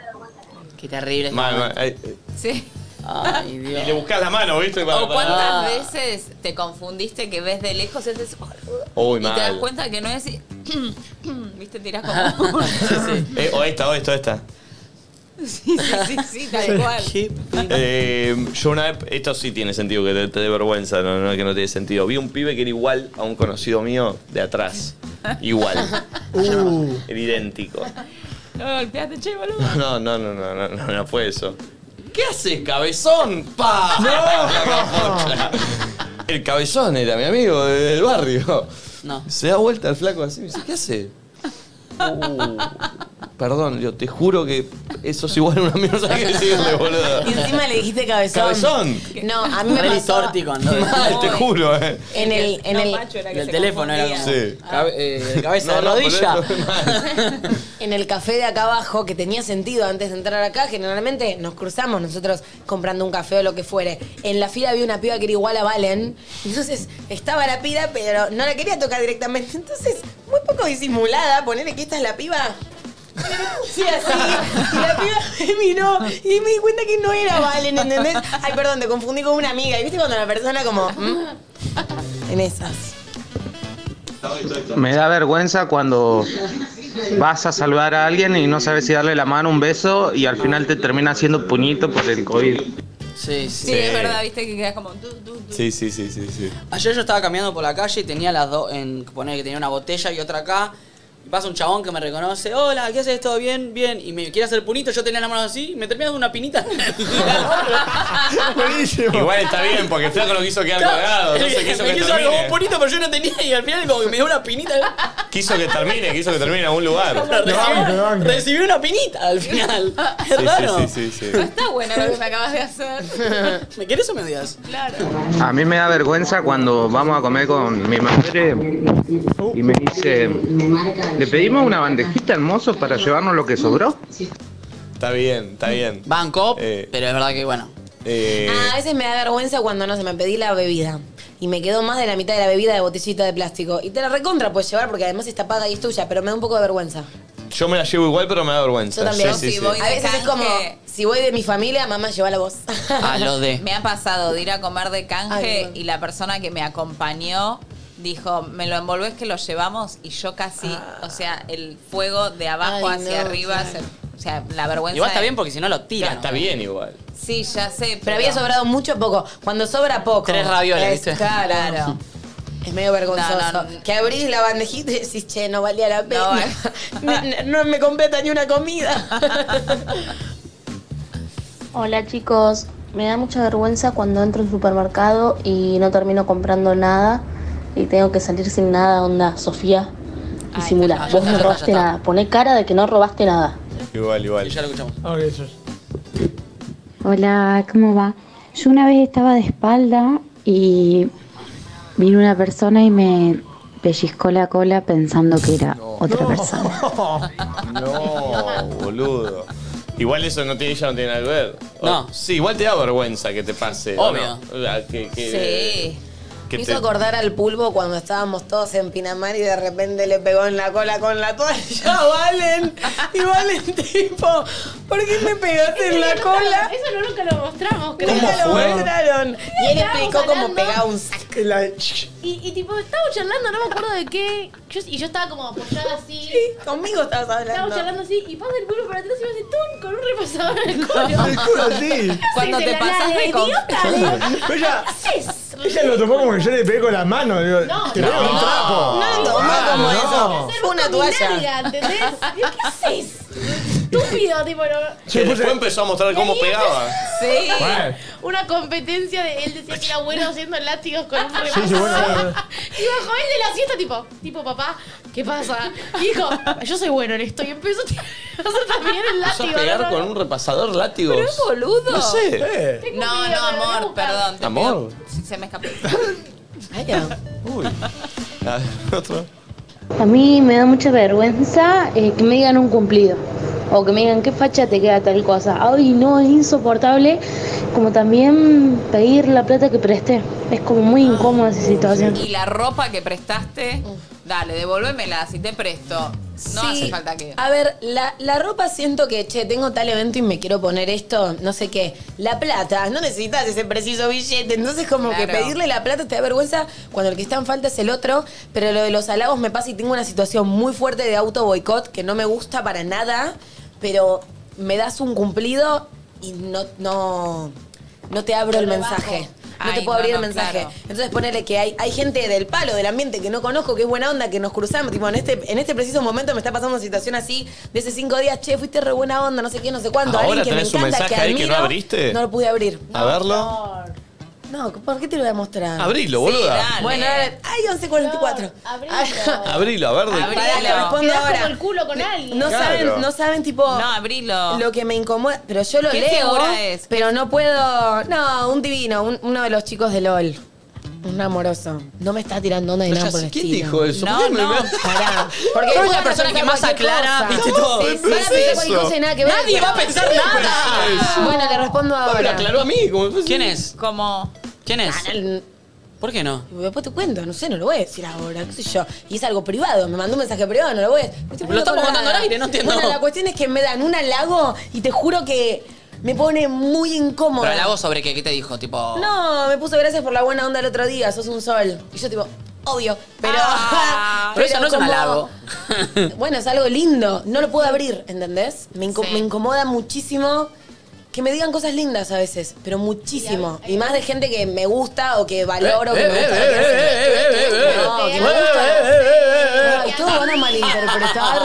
Speaker 4: Qué terrible.
Speaker 2: Mal, mal. Ay,
Speaker 3: Sí.
Speaker 4: Ay, Dios.
Speaker 2: eh, Y le buscas la mano, ¿viste?
Speaker 3: ¿O
Speaker 6: Ah.
Speaker 3: cuántas veces te confundiste que ves de lejos y haces,
Speaker 2: Uy,
Speaker 3: y te das
Speaker 2: mal.
Speaker 3: cuenta que no es y- viste tirás como
Speaker 2: Eh, o esta, o esta, o esta.
Speaker 3: sí, sí, sí, sí, tal cual
Speaker 2: Eh, yo una vez, esto sí tiene sentido que te, te dé vergüenza, no, no, que no tiene sentido. Vi un pibe que era igual a un conocido mío de atrás. Igual.
Speaker 4: Uh.
Speaker 6: Uh.
Speaker 2: Era idéntico.
Speaker 3: no me golpeaste che boludo
Speaker 2: No, no, no, no, no, no, no fue eso. ¿Qué haces, cabezón? ¡Pa! El cabezón era mi amigo de- del barrio. Se da vuelta el flaco así y me dice, ¿qué hace? Uh, perdón, yo te juro que eso es igual a una mierda no sabía qué decirle, boludo.
Speaker 6: Y encima le dijiste cabezón.
Speaker 2: Cabezón.
Speaker 6: No, a mí me pasó
Speaker 2: Mal, te juro, eh.
Speaker 6: en el en el,
Speaker 4: En el teléfono era como.
Speaker 2: Sí.
Speaker 4: cabe- eh, cabeza
Speaker 2: No, no,
Speaker 4: de rodilla.
Speaker 6: en el café de acá abajo, que tenía sentido antes de entrar acá, generalmente nos cruzamos nosotros comprando un café o lo que fuere. En la fila había una piba que era igual a Valen, entonces estaba la piba, pero no la quería tocar directamente. Entonces, muy poco disimulada, ponerle que esta es la piba. Sí, así. Y la piba me miró y me di cuenta que no era Valen, ¿entendés? Ay, perdón, te confundí con una amiga. Y viste cuando la persona como... ¿Mm? En esas.
Speaker 19: Me da vergüenza cuando vas a saludar a alguien y no sabes si darle la mano, un beso y al final te termina haciendo puñito por el COVID.
Speaker 4: Sí, sí.
Speaker 3: sí, es verdad viste que quedas como tú, tú, tú.
Speaker 2: Sí, sí, sí, sí, sí.
Speaker 4: Ayer yo estaba caminando por la calle y tenía las dos, en poner que tenía una botella y otra acá. Y pasa un chabón que me reconoce, hola, ¿qué haces? ¿Todo bien? Bien. Y me quiere hacer punito, yo tenía la mano así, y me termina dando una pinita.
Speaker 2: Igual está bien, porque el flaco no quiso quedar colgado, no sé, quiso
Speaker 4: me
Speaker 2: que
Speaker 4: quiso dar como un
Speaker 2: termine.
Speaker 4: punito, pero yo no tenía, y al final como que me dio una pinita.
Speaker 2: Quiso que termine, quiso que termine en algún lugar.
Speaker 4: Recibí, recibí una pinita al final. Es
Speaker 2: Sí,
Speaker 4: raro.
Speaker 2: sí, sí, sí,
Speaker 3: no está bueno lo que me acabas de hacer
Speaker 4: ¿me querés o me odias?
Speaker 3: claro
Speaker 19: A mí me da vergüenza cuando vamos a comer con mi madre y me dice, ¿le pedimos una bandejita hermoso para llevarnos lo que sobró?
Speaker 2: Está bien, está bien. Eh,
Speaker 4: Banco, pero es verdad que bueno.
Speaker 3: Ah,
Speaker 6: A veces me da vergüenza cuando no se me pedí la bebida y me quedó más de la mitad de la bebida de botellita de plástico. Y te la recontra puedes llevar porque además está paga y es tuya, pero me da un poco de vergüenza.
Speaker 2: Yo me la llevo igual, pero me da vergüenza.
Speaker 6: Yo también.
Speaker 2: Sí, sí, sí.
Speaker 6: A veces es como, si voy de mi familia, mamá, llévala vos.
Speaker 2: A Ah, lo de.
Speaker 3: Me ha pasado de ir a comer de
Speaker 6: Ay,
Speaker 3: canje
Speaker 6: perdón.
Speaker 3: y la persona que me acompañó dijo, me lo envolvés que lo llevamos y yo casi, o sea, el fuego de abajo
Speaker 6: Ah. Ay,
Speaker 3: hacia
Speaker 6: no,
Speaker 3: arriba,
Speaker 6: claro.
Speaker 3: se- o sea, la vergüenza.
Speaker 4: Igual está
Speaker 3: de-
Speaker 4: bien porque si no lo tiran.
Speaker 3: Ya, está
Speaker 2: bien igual.
Speaker 3: Sí, ya sé. Pero,
Speaker 6: Pero había sobrado mucho o poco. Cuando sobra poco.
Speaker 4: Tres ravioles,
Speaker 6: Es-
Speaker 4: ¿viste?
Speaker 6: Claro. Es medio vergonzoso.
Speaker 3: No, no, no.
Speaker 6: Que abrís la bandejita y decís, che, no valía la pena. No, no me completa ni una comida.
Speaker 9: Hola chicos, me da mucha vergüenza cuando entro al supermercado y no termino comprando nada y tengo que salir sin nada, onda, Sofía, disimula,
Speaker 4: ya
Speaker 9: vos
Speaker 4: está,
Speaker 9: no
Speaker 4: ya
Speaker 9: robaste
Speaker 4: está.
Speaker 9: nada, poné cara de que no robaste nada.
Speaker 2: Igual, igual.
Speaker 4: ya lo escuchamos.
Speaker 20: Hola, ¿cómo va? Yo una vez estaba de espalda y vino una persona y me pellizcó la cola pensando que era otra persona.
Speaker 2: No, boludo. Igual eso no tiene, ya no tiene nada que ver. O-
Speaker 4: No.
Speaker 2: sí, igual te da vergüenza que te pase. ¿o
Speaker 4: Obvio.
Speaker 2: no? O sea, que, que-
Speaker 6: Sí.
Speaker 2: que
Speaker 6: Me
Speaker 2: te-
Speaker 6: hizo acordar al pulvo cuando estábamos todos en Pinamar y de repente le pegó en la cola con la toalla a Valen. Y Valen, tipo, ¿por qué me pegaste en la cola?
Speaker 7: Eso no nunca lo mostramos, creo.
Speaker 6: Nunca lo mostraron. Y él
Speaker 7: Estábamos
Speaker 6: explicó cómo
Speaker 7: hablando.
Speaker 6: pegaba un saco.
Speaker 7: Y, y tipo, estábamos charlando, no me acuerdo de qué. Yo- y yo estaba como apoyada así.
Speaker 6: conmigo estabas hablando.
Speaker 7: Estábamos charlando así y pasa el culo para atrás y me hace ¡tum! con un repasador en el culo.
Speaker 5: El culo así.
Speaker 3: Cuando te pasas de con-
Speaker 5: Pero ella,
Speaker 7: ¿Qué haces?
Speaker 5: ella lo tomó como que yo le pegué con la mano. Digo,
Speaker 7: No,
Speaker 5: te pego
Speaker 7: no.
Speaker 5: un trapo.
Speaker 6: No lo tomó como
Speaker 5: Ah,
Speaker 6: eso. Fue una
Speaker 7: Con mi
Speaker 6: toalla.
Speaker 7: nalga, ¿entendés? Digo, ¿Qué haces?
Speaker 5: Y
Speaker 7: estúpido, tipo, no-
Speaker 2: Que después empezó a mostrar cómo pegaba.
Speaker 7: Sí.
Speaker 2: Bueno.
Speaker 7: Una competencia de él decía que era bueno haciendo látigos con un
Speaker 2: Sí, sí, bueno, bueno, bueno.
Speaker 7: Y bajó él de la siesta, tipo, tipo, papá, ¿qué pasa? Y dijo, yo soy bueno en esto. Y empezó a hacer también el
Speaker 2: Empezó
Speaker 7: látigo.
Speaker 2: a pegar
Speaker 7: ¿no?
Speaker 2: con un repasador látigos.
Speaker 3: Pero es boludo.
Speaker 2: No sé.
Speaker 3: Sí. No, no, amor, perdón. te
Speaker 2: Amor.
Speaker 3: pido- Sí, se me escapó.
Speaker 2: Uy. Ah, Otro.
Speaker 9: A mí me da mucha vergüenza eh, que me digan un cumplido. O que me digan, qué facha te queda tal cosa. Ay, no, es insoportable. Como también pedir la plata que presté. Es como muy incómoda esa situación.
Speaker 3: Y la ropa que prestaste, dale, devuélvemela si te presto. No
Speaker 6: Sí.
Speaker 3: hace falta que.
Speaker 6: A ver, la, la ropa siento que, che, tengo tal evento y me quiero poner esto, no sé qué. La plata, no necesitas ese preciso billete. Entonces, como que
Speaker 3: Claro.
Speaker 6: pedirle la plata te da vergüenza cuando el que está en falta es el otro. Pero lo de los halagos me pasa y tengo una situación muy fuerte de auto boicot que no me gusta para nada. Pero me das un cumplido y no, no, no te abro
Speaker 3: Te
Speaker 6: el
Speaker 3: lo
Speaker 6: mensaje.
Speaker 3: bajo.
Speaker 6: No te
Speaker 3: Ay,
Speaker 6: puedo
Speaker 3: no,
Speaker 6: abrir el
Speaker 3: no,
Speaker 6: mensaje.
Speaker 3: claro.
Speaker 6: Entonces ponele que hay, hay gente del palo, del ambiente que no conozco, que es buena onda, que nos cruzamos. Tipo, en este, en este preciso momento me está pasando una situación así, de hace cinco días, che, fuiste re buena onda, no sé qué, no sé cuánto.
Speaker 2: ¿Ahora
Speaker 6: Alguien que me
Speaker 2: tenés un
Speaker 6: encanta,
Speaker 2: mensaje ahí que no
Speaker 6: admiro,
Speaker 2: abriste?
Speaker 6: No lo pude abrir.
Speaker 2: A verlo.
Speaker 6: No, ¿por qué te lo voy a mostrar?
Speaker 2: Abrilo, boluda.
Speaker 6: Bueno, ahora- ay, 11.44.
Speaker 2: Abrilo, a ver. de-
Speaker 6: Pará, le respondo
Speaker 7: Quedás
Speaker 6: ahora.
Speaker 7: como el culo con alguien.
Speaker 6: No
Speaker 2: Claro.
Speaker 6: saben, no saben tipo.
Speaker 3: No, abrilo.
Speaker 6: Lo que me incomoda. Pero yo lo
Speaker 3: ¿Qué
Speaker 6: leo.
Speaker 3: figura es?
Speaker 6: Pero no puedo. No, un divino, un- uno de los chicos de LOL. Un amoroso. No me está tirando onda de
Speaker 2: No,
Speaker 6: nada
Speaker 2: ya
Speaker 6: por
Speaker 2: sé,
Speaker 6: el
Speaker 2: ¿quién
Speaker 6: estilo.
Speaker 2: dijo eso? ¿Por qué me-
Speaker 6: pará. Porque
Speaker 4: Soy la
Speaker 6: van a
Speaker 4: persona
Speaker 6: pensar
Speaker 4: que más
Speaker 6: cualquier
Speaker 4: aclara,
Speaker 6: cosa.
Speaker 4: viste todo.
Speaker 6: Sí, sí, van a
Speaker 4: Pensé
Speaker 6: pensar
Speaker 4: eso.
Speaker 6: cualquier cosa y nada que ver.
Speaker 4: Nadie va a pensar
Speaker 6: Sí,
Speaker 4: nada.
Speaker 6: pensé eso. Bueno, le respondo
Speaker 4: Ah, me lo
Speaker 6: ahora.
Speaker 4: aclaró a mí, ¿Quién es?
Speaker 3: Como.
Speaker 4: ¿Quién es?
Speaker 6: no.
Speaker 4: ¿Por qué no?
Speaker 6: Después te cuento, no sé, no lo voy a decir ahora, qué sé yo. Y es algo privado, me mandó un mensaje privado, no lo voy a decir.
Speaker 4: Lo estamos contando al aire, no entiendo.
Speaker 6: Bueno, la cuestión es que me dan un halago y te juro que me pone muy incómoda.
Speaker 4: Pero el hago sobre qué, ¿qué te dijo? Tipo.
Speaker 6: No, me puso gracias por la buena onda el otro día, sos un sol. Y yo tipo, obvio, pero...
Speaker 4: Ah. pero eso no es un
Speaker 6: como-
Speaker 4: halago.
Speaker 6: Bueno, es algo lindo, no lo puedo abrir, ¿entendés? Me, inco- me incomoda muchísimo que me digan cosas lindas a veces, pero muchísimo. Y Eh, más de gente que me gusta o que valoro, que me gusta. lo que hace. eh, No, que me gusta. Ay, todos van a malinterpretar.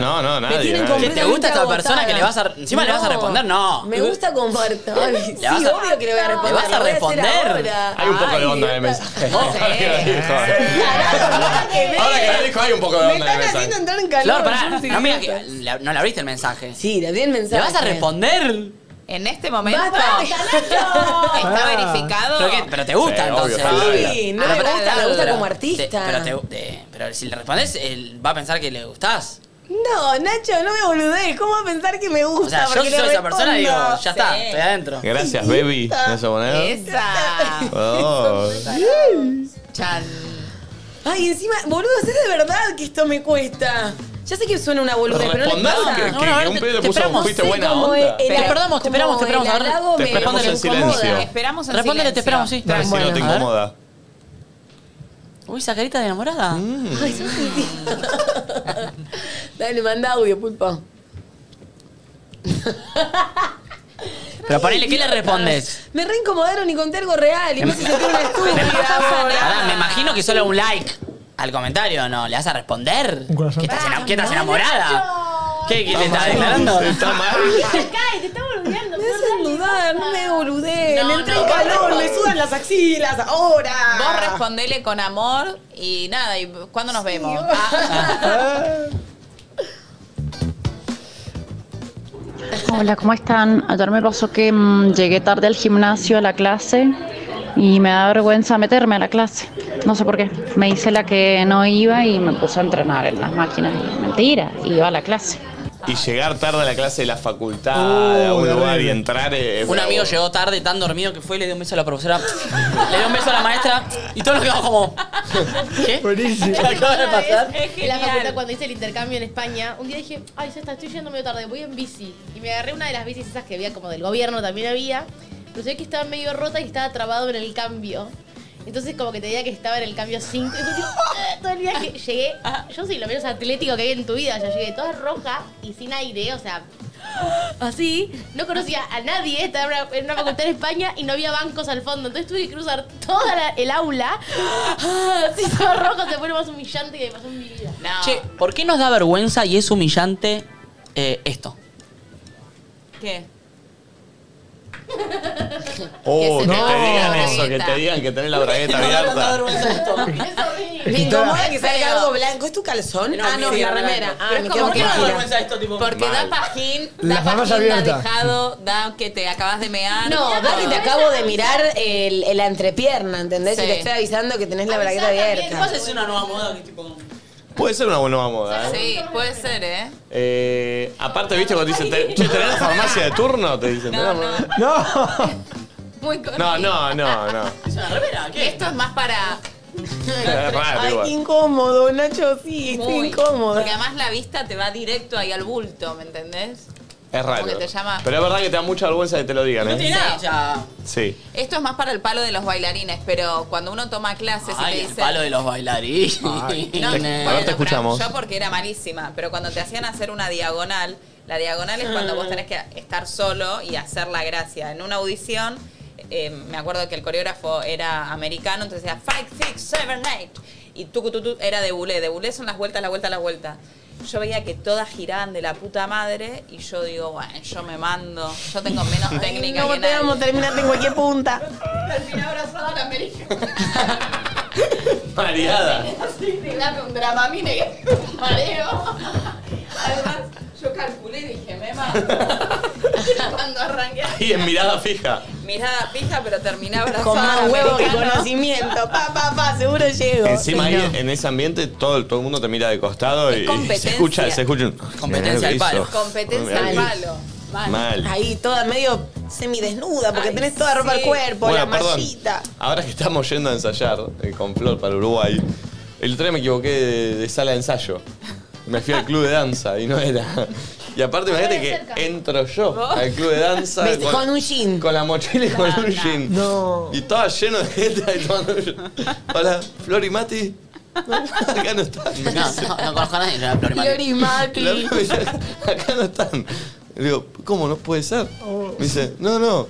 Speaker 2: No, no, nadie.
Speaker 6: eh. tienen
Speaker 2: nadie.
Speaker 4: ¿Qué te gusta esta persona que le vas a. Encima le vas a
Speaker 6: No.
Speaker 4: responder, no.
Speaker 6: Me gusta como Ay, Sí,
Speaker 4: Le vas a-
Speaker 6: obvio que le voy a responder.
Speaker 4: Le vas a
Speaker 6: lo voy hacer
Speaker 4: responder.
Speaker 6: ahora.
Speaker 2: Hay un poco de onda en el mensaje. Ahora que lo dijo. Ahora que lo dijo, hay un poco de
Speaker 6: Me
Speaker 2: onda en el
Speaker 6: están
Speaker 2: mensaje.
Speaker 6: haciendo entrar en calor.
Speaker 4: Flor, pará.
Speaker 6: yo soy
Speaker 4: No, mira
Speaker 6: idiota.
Speaker 4: que la- no le abriste el mensaje.
Speaker 6: Sí, le abrí el mensaje.
Speaker 4: ¿Le vas a responder?
Speaker 3: En este momento.
Speaker 6: Basta.
Speaker 3: Está verificado.
Speaker 4: ¿Pero, qué? pero te gusta
Speaker 2: Sí,
Speaker 4: entonces.
Speaker 2: obvio,
Speaker 6: Sí, no me gusta, me gusta como artista.
Speaker 4: Te- pero, te- te- pero si le respondes, él va a pensar que le gustás.
Speaker 6: No, Nacho, no me boludees. ¿Cómo va a pensar que me gusta?
Speaker 4: O sea, yo
Speaker 6: Porque
Speaker 4: soy
Speaker 6: le
Speaker 4: esa persona y digo,
Speaker 6: respondo.
Speaker 4: ya está,
Speaker 6: Sí.
Speaker 4: estoy adentro.
Speaker 2: Gracias, baby. ¿No se pone?
Speaker 3: Esa.
Speaker 2: Oh.
Speaker 3: Chan.
Speaker 6: Ay, encima, boludo, es de verdad que esto me cuesta. Ya sé que suena una boludez, pero no le
Speaker 2: Respondás
Speaker 6: pasa.
Speaker 2: que- que- que un pedo le puso, fuiste buena
Speaker 6: como
Speaker 2: onda.
Speaker 6: el-
Speaker 4: Te esperamos, Eh, te
Speaker 6: como
Speaker 4: esperamos, te esperamos.
Speaker 6: el
Speaker 4: a ver.
Speaker 6: halago
Speaker 2: Te
Speaker 6: me-
Speaker 2: esperamos
Speaker 6: me
Speaker 2: en
Speaker 6: incomoda.
Speaker 2: silencio.
Speaker 3: Esperamos en
Speaker 4: Respóndele,
Speaker 3: silencio.
Speaker 4: te esperamos, sí.
Speaker 2: Dale, si no te
Speaker 4: A ver.
Speaker 2: incomoda.
Speaker 4: Uy, esa carita de enamorada.
Speaker 2: Mm.
Speaker 6: Ay, sos un tío. Dale, manda audio, pulpa.
Speaker 4: Pero ponele, ¿qué le respondes?
Speaker 6: Me reincomodaron y conté algo real y me hace sentir una estúpida ahora.
Speaker 4: Ahora, me imagino que solo un like al comentario, ¿no? ¿Le vas a responder? ¿Qué estás, ena- qué estás enamorada? ¿Qué, qué te estás declarando?
Speaker 2: Está mal.
Speaker 7: Cae, te está boludeando.
Speaker 6: Me hacen dudar, no me boludeen.
Speaker 3: No,
Speaker 6: Entré
Speaker 3: no.
Speaker 6: en calor, me sudan las axilas ahora.
Speaker 3: Vos respondele con amor y nada, y ¿cuándo nos vemos? Ah,
Speaker 13: Ah.
Speaker 20: Hola, ¿cómo están? Ayer me pasó que mm, llegué tarde al gimnasio, a la clase, y me da vergüenza meterme a la clase. No sé por qué. Me hice la que no iba y me puse a entrenar en las máquinas. Y mentira, iba a la clase.
Speaker 2: Y llegar tarde a la clase de la facultad, a un lugar y entrar. eh,
Speaker 4: Un amigo llegó tarde, tan dormido que fue y le dio un beso a la profesora. le dio un beso a la maestra y todos nos quedamos como. ¿Qué?
Speaker 7: ¿Qué
Speaker 4: ¿Qué acaba de pasar?
Speaker 7: En la facultad, cuando hice el intercambio en España, un día dije, ay, ya está, estoy yendo medio tarde, voy en bici. Y me agarré una de las bicis esas que había, como del gobierno también había, pero se ve que estaba medio rota y estaba trabado en el cambio. Entonces como que te diga que estaba en el cambio 5 y fue tipo, "Ah", todo el viaje llegué, yo soy lo menos atlético que hay en tu vida, ya llegué toda roja y sin aire, o sea, así, no conocía a nadie, estaba en una, en una facultad en España y no había bancos al fondo, entonces tuve que cruzar toda la- el aula, Ah, así toda roja, se fue lo más humillante que me pasó en mi vida.
Speaker 4: Che, ¿por qué nos da vergüenza y es humillante eh, esto?
Speaker 3: ¿Qué?
Speaker 2: Oh, que
Speaker 5: se te
Speaker 2: te
Speaker 5: abra
Speaker 2: digan
Speaker 5: la
Speaker 2: eso, que
Speaker 5: bragueta.
Speaker 2: te digan que tenés la bragueta abierta.
Speaker 6: Me incomoda que salga algo blanco. ¿Es tu calzón? ah, no,
Speaker 4: sí,
Speaker 6: la
Speaker 4: blanco.
Speaker 6: remera. Ah,
Speaker 3: Pero
Speaker 6: me
Speaker 3: es
Speaker 6: quedo
Speaker 3: como que
Speaker 6: tranquila.
Speaker 3: da vergüenza Porque da
Speaker 6: Mal.
Speaker 3: pajín, da
Speaker 6: Las manos
Speaker 3: pajín, da
Speaker 6: abiertas.
Speaker 3: dejado, da que te acabas de mear.
Speaker 6: No, da que te acabo de mirar el, el- la entrepierna, ¿entendés?
Speaker 3: Sí.
Speaker 6: Y te estoy avisando que tenés la
Speaker 3: Avisá
Speaker 6: bragueta
Speaker 3: también,
Speaker 6: abierta.
Speaker 3: capaz es
Speaker 4: una nueva moda que tipo.
Speaker 2: Puede ser una buena moda, ¿eh?
Speaker 3: Sí, puede ser, ¿eh?
Speaker 2: Eh, aparte, viste, cuando dicen, "Te- che, ¿tenés la farmacia de turno? Te dicen,
Speaker 3: No,
Speaker 2: "Tenés la-
Speaker 3: Muy
Speaker 2: No, no, no, no.
Speaker 3: ¿Es una remera? ¿Qué? Esto es más para...
Speaker 2: Es raro
Speaker 6: Ay, qué
Speaker 2: igual.
Speaker 6: incómodo, Nacho, sí, estoy
Speaker 3: Muy.
Speaker 6: incómoda.
Speaker 3: Porque además la vista te va directo ahí al bulto, ¿me entendés?
Speaker 2: Es raro.
Speaker 3: Como que te llama-
Speaker 2: Pero es verdad que te da mucha vergüenza que te lo digan, ¿eh?
Speaker 3: nada. Ya.
Speaker 2: Sí.
Speaker 3: Esto es más para el palo de los bailarines, pero cuando uno toma clases y
Speaker 4: Ay,
Speaker 3: te
Speaker 4: el
Speaker 3: dicen...
Speaker 4: palo de los bailarines.
Speaker 3: No,
Speaker 2: A ver, te escuchamos.
Speaker 3: Yo porque era malísima, pero cuando te hacían hacer una diagonal, la diagonal es cuando
Speaker 4: Ah.
Speaker 3: vos tenés que estar solo y hacer la gracia. En una audición, eh, me acuerdo que el coreógrafo era americano, entonces decía 5, 6, 7, 8. Y tucu, tu, tu, era de bulé. De bulé son las vueltas, la vuelta, la vuelta. Yo veía que todas giraban de la puta madre y yo digo, bueno, yo me mando. Yo tengo menos técnica
Speaker 6: No
Speaker 3: que nadie.
Speaker 6: te vamos a terminar en cualquier punta.
Speaker 12: Terminé abrazada a la América.
Speaker 2: Mareada.
Speaker 12: Así, dame un dramamine. Mareo. Además, yo calculé y dije, me mato. Cuando arranqué.
Speaker 2: Y en mirada fija.
Speaker 3: Mirada fija, pero terminaba abrazada.
Speaker 6: Con más huevo que
Speaker 3: americano.
Speaker 6: conocimiento. Pa, pa, pa, seguro llego.
Speaker 2: Encima
Speaker 6: Sí,
Speaker 2: ahí,
Speaker 6: no.
Speaker 2: en ese ambiente, todo, el- todo el mundo te mira de costado y, y se
Speaker 6: competencia.
Speaker 2: escucha, se escucha un-
Speaker 4: Competencia al palo.
Speaker 2: Hizo.
Speaker 6: Competencia
Speaker 2: Ahí.
Speaker 6: al palo.
Speaker 2: Mal.
Speaker 6: Ahí toda medio semidesnuda, porque tenés toda ropa al cuerpo,
Speaker 2: Bueno,
Speaker 6: la
Speaker 2: perdón.
Speaker 6: mallita.
Speaker 2: Ahora que estamos yendo a ensayar eh, con Flor para Uruguay, el otro día me equivoqué de, de sala de ensayo. Me fui al club de danza y no era. Y aparte, imagínate que entro yo al club de danza
Speaker 6: Viste, con un jean.
Speaker 2: Con la mochila y con un jean. No. Y estaba lleno de gente ahí tomando un jean. Hola, Flor y Mati. No, acá no están.
Speaker 4: No, no, no conozco a nadie. Yo era Florimati.
Speaker 2: La otra vez, acá no están. Le digo, ¿cómo no puede ser?
Speaker 4: Oh.
Speaker 2: Me dice, no, no.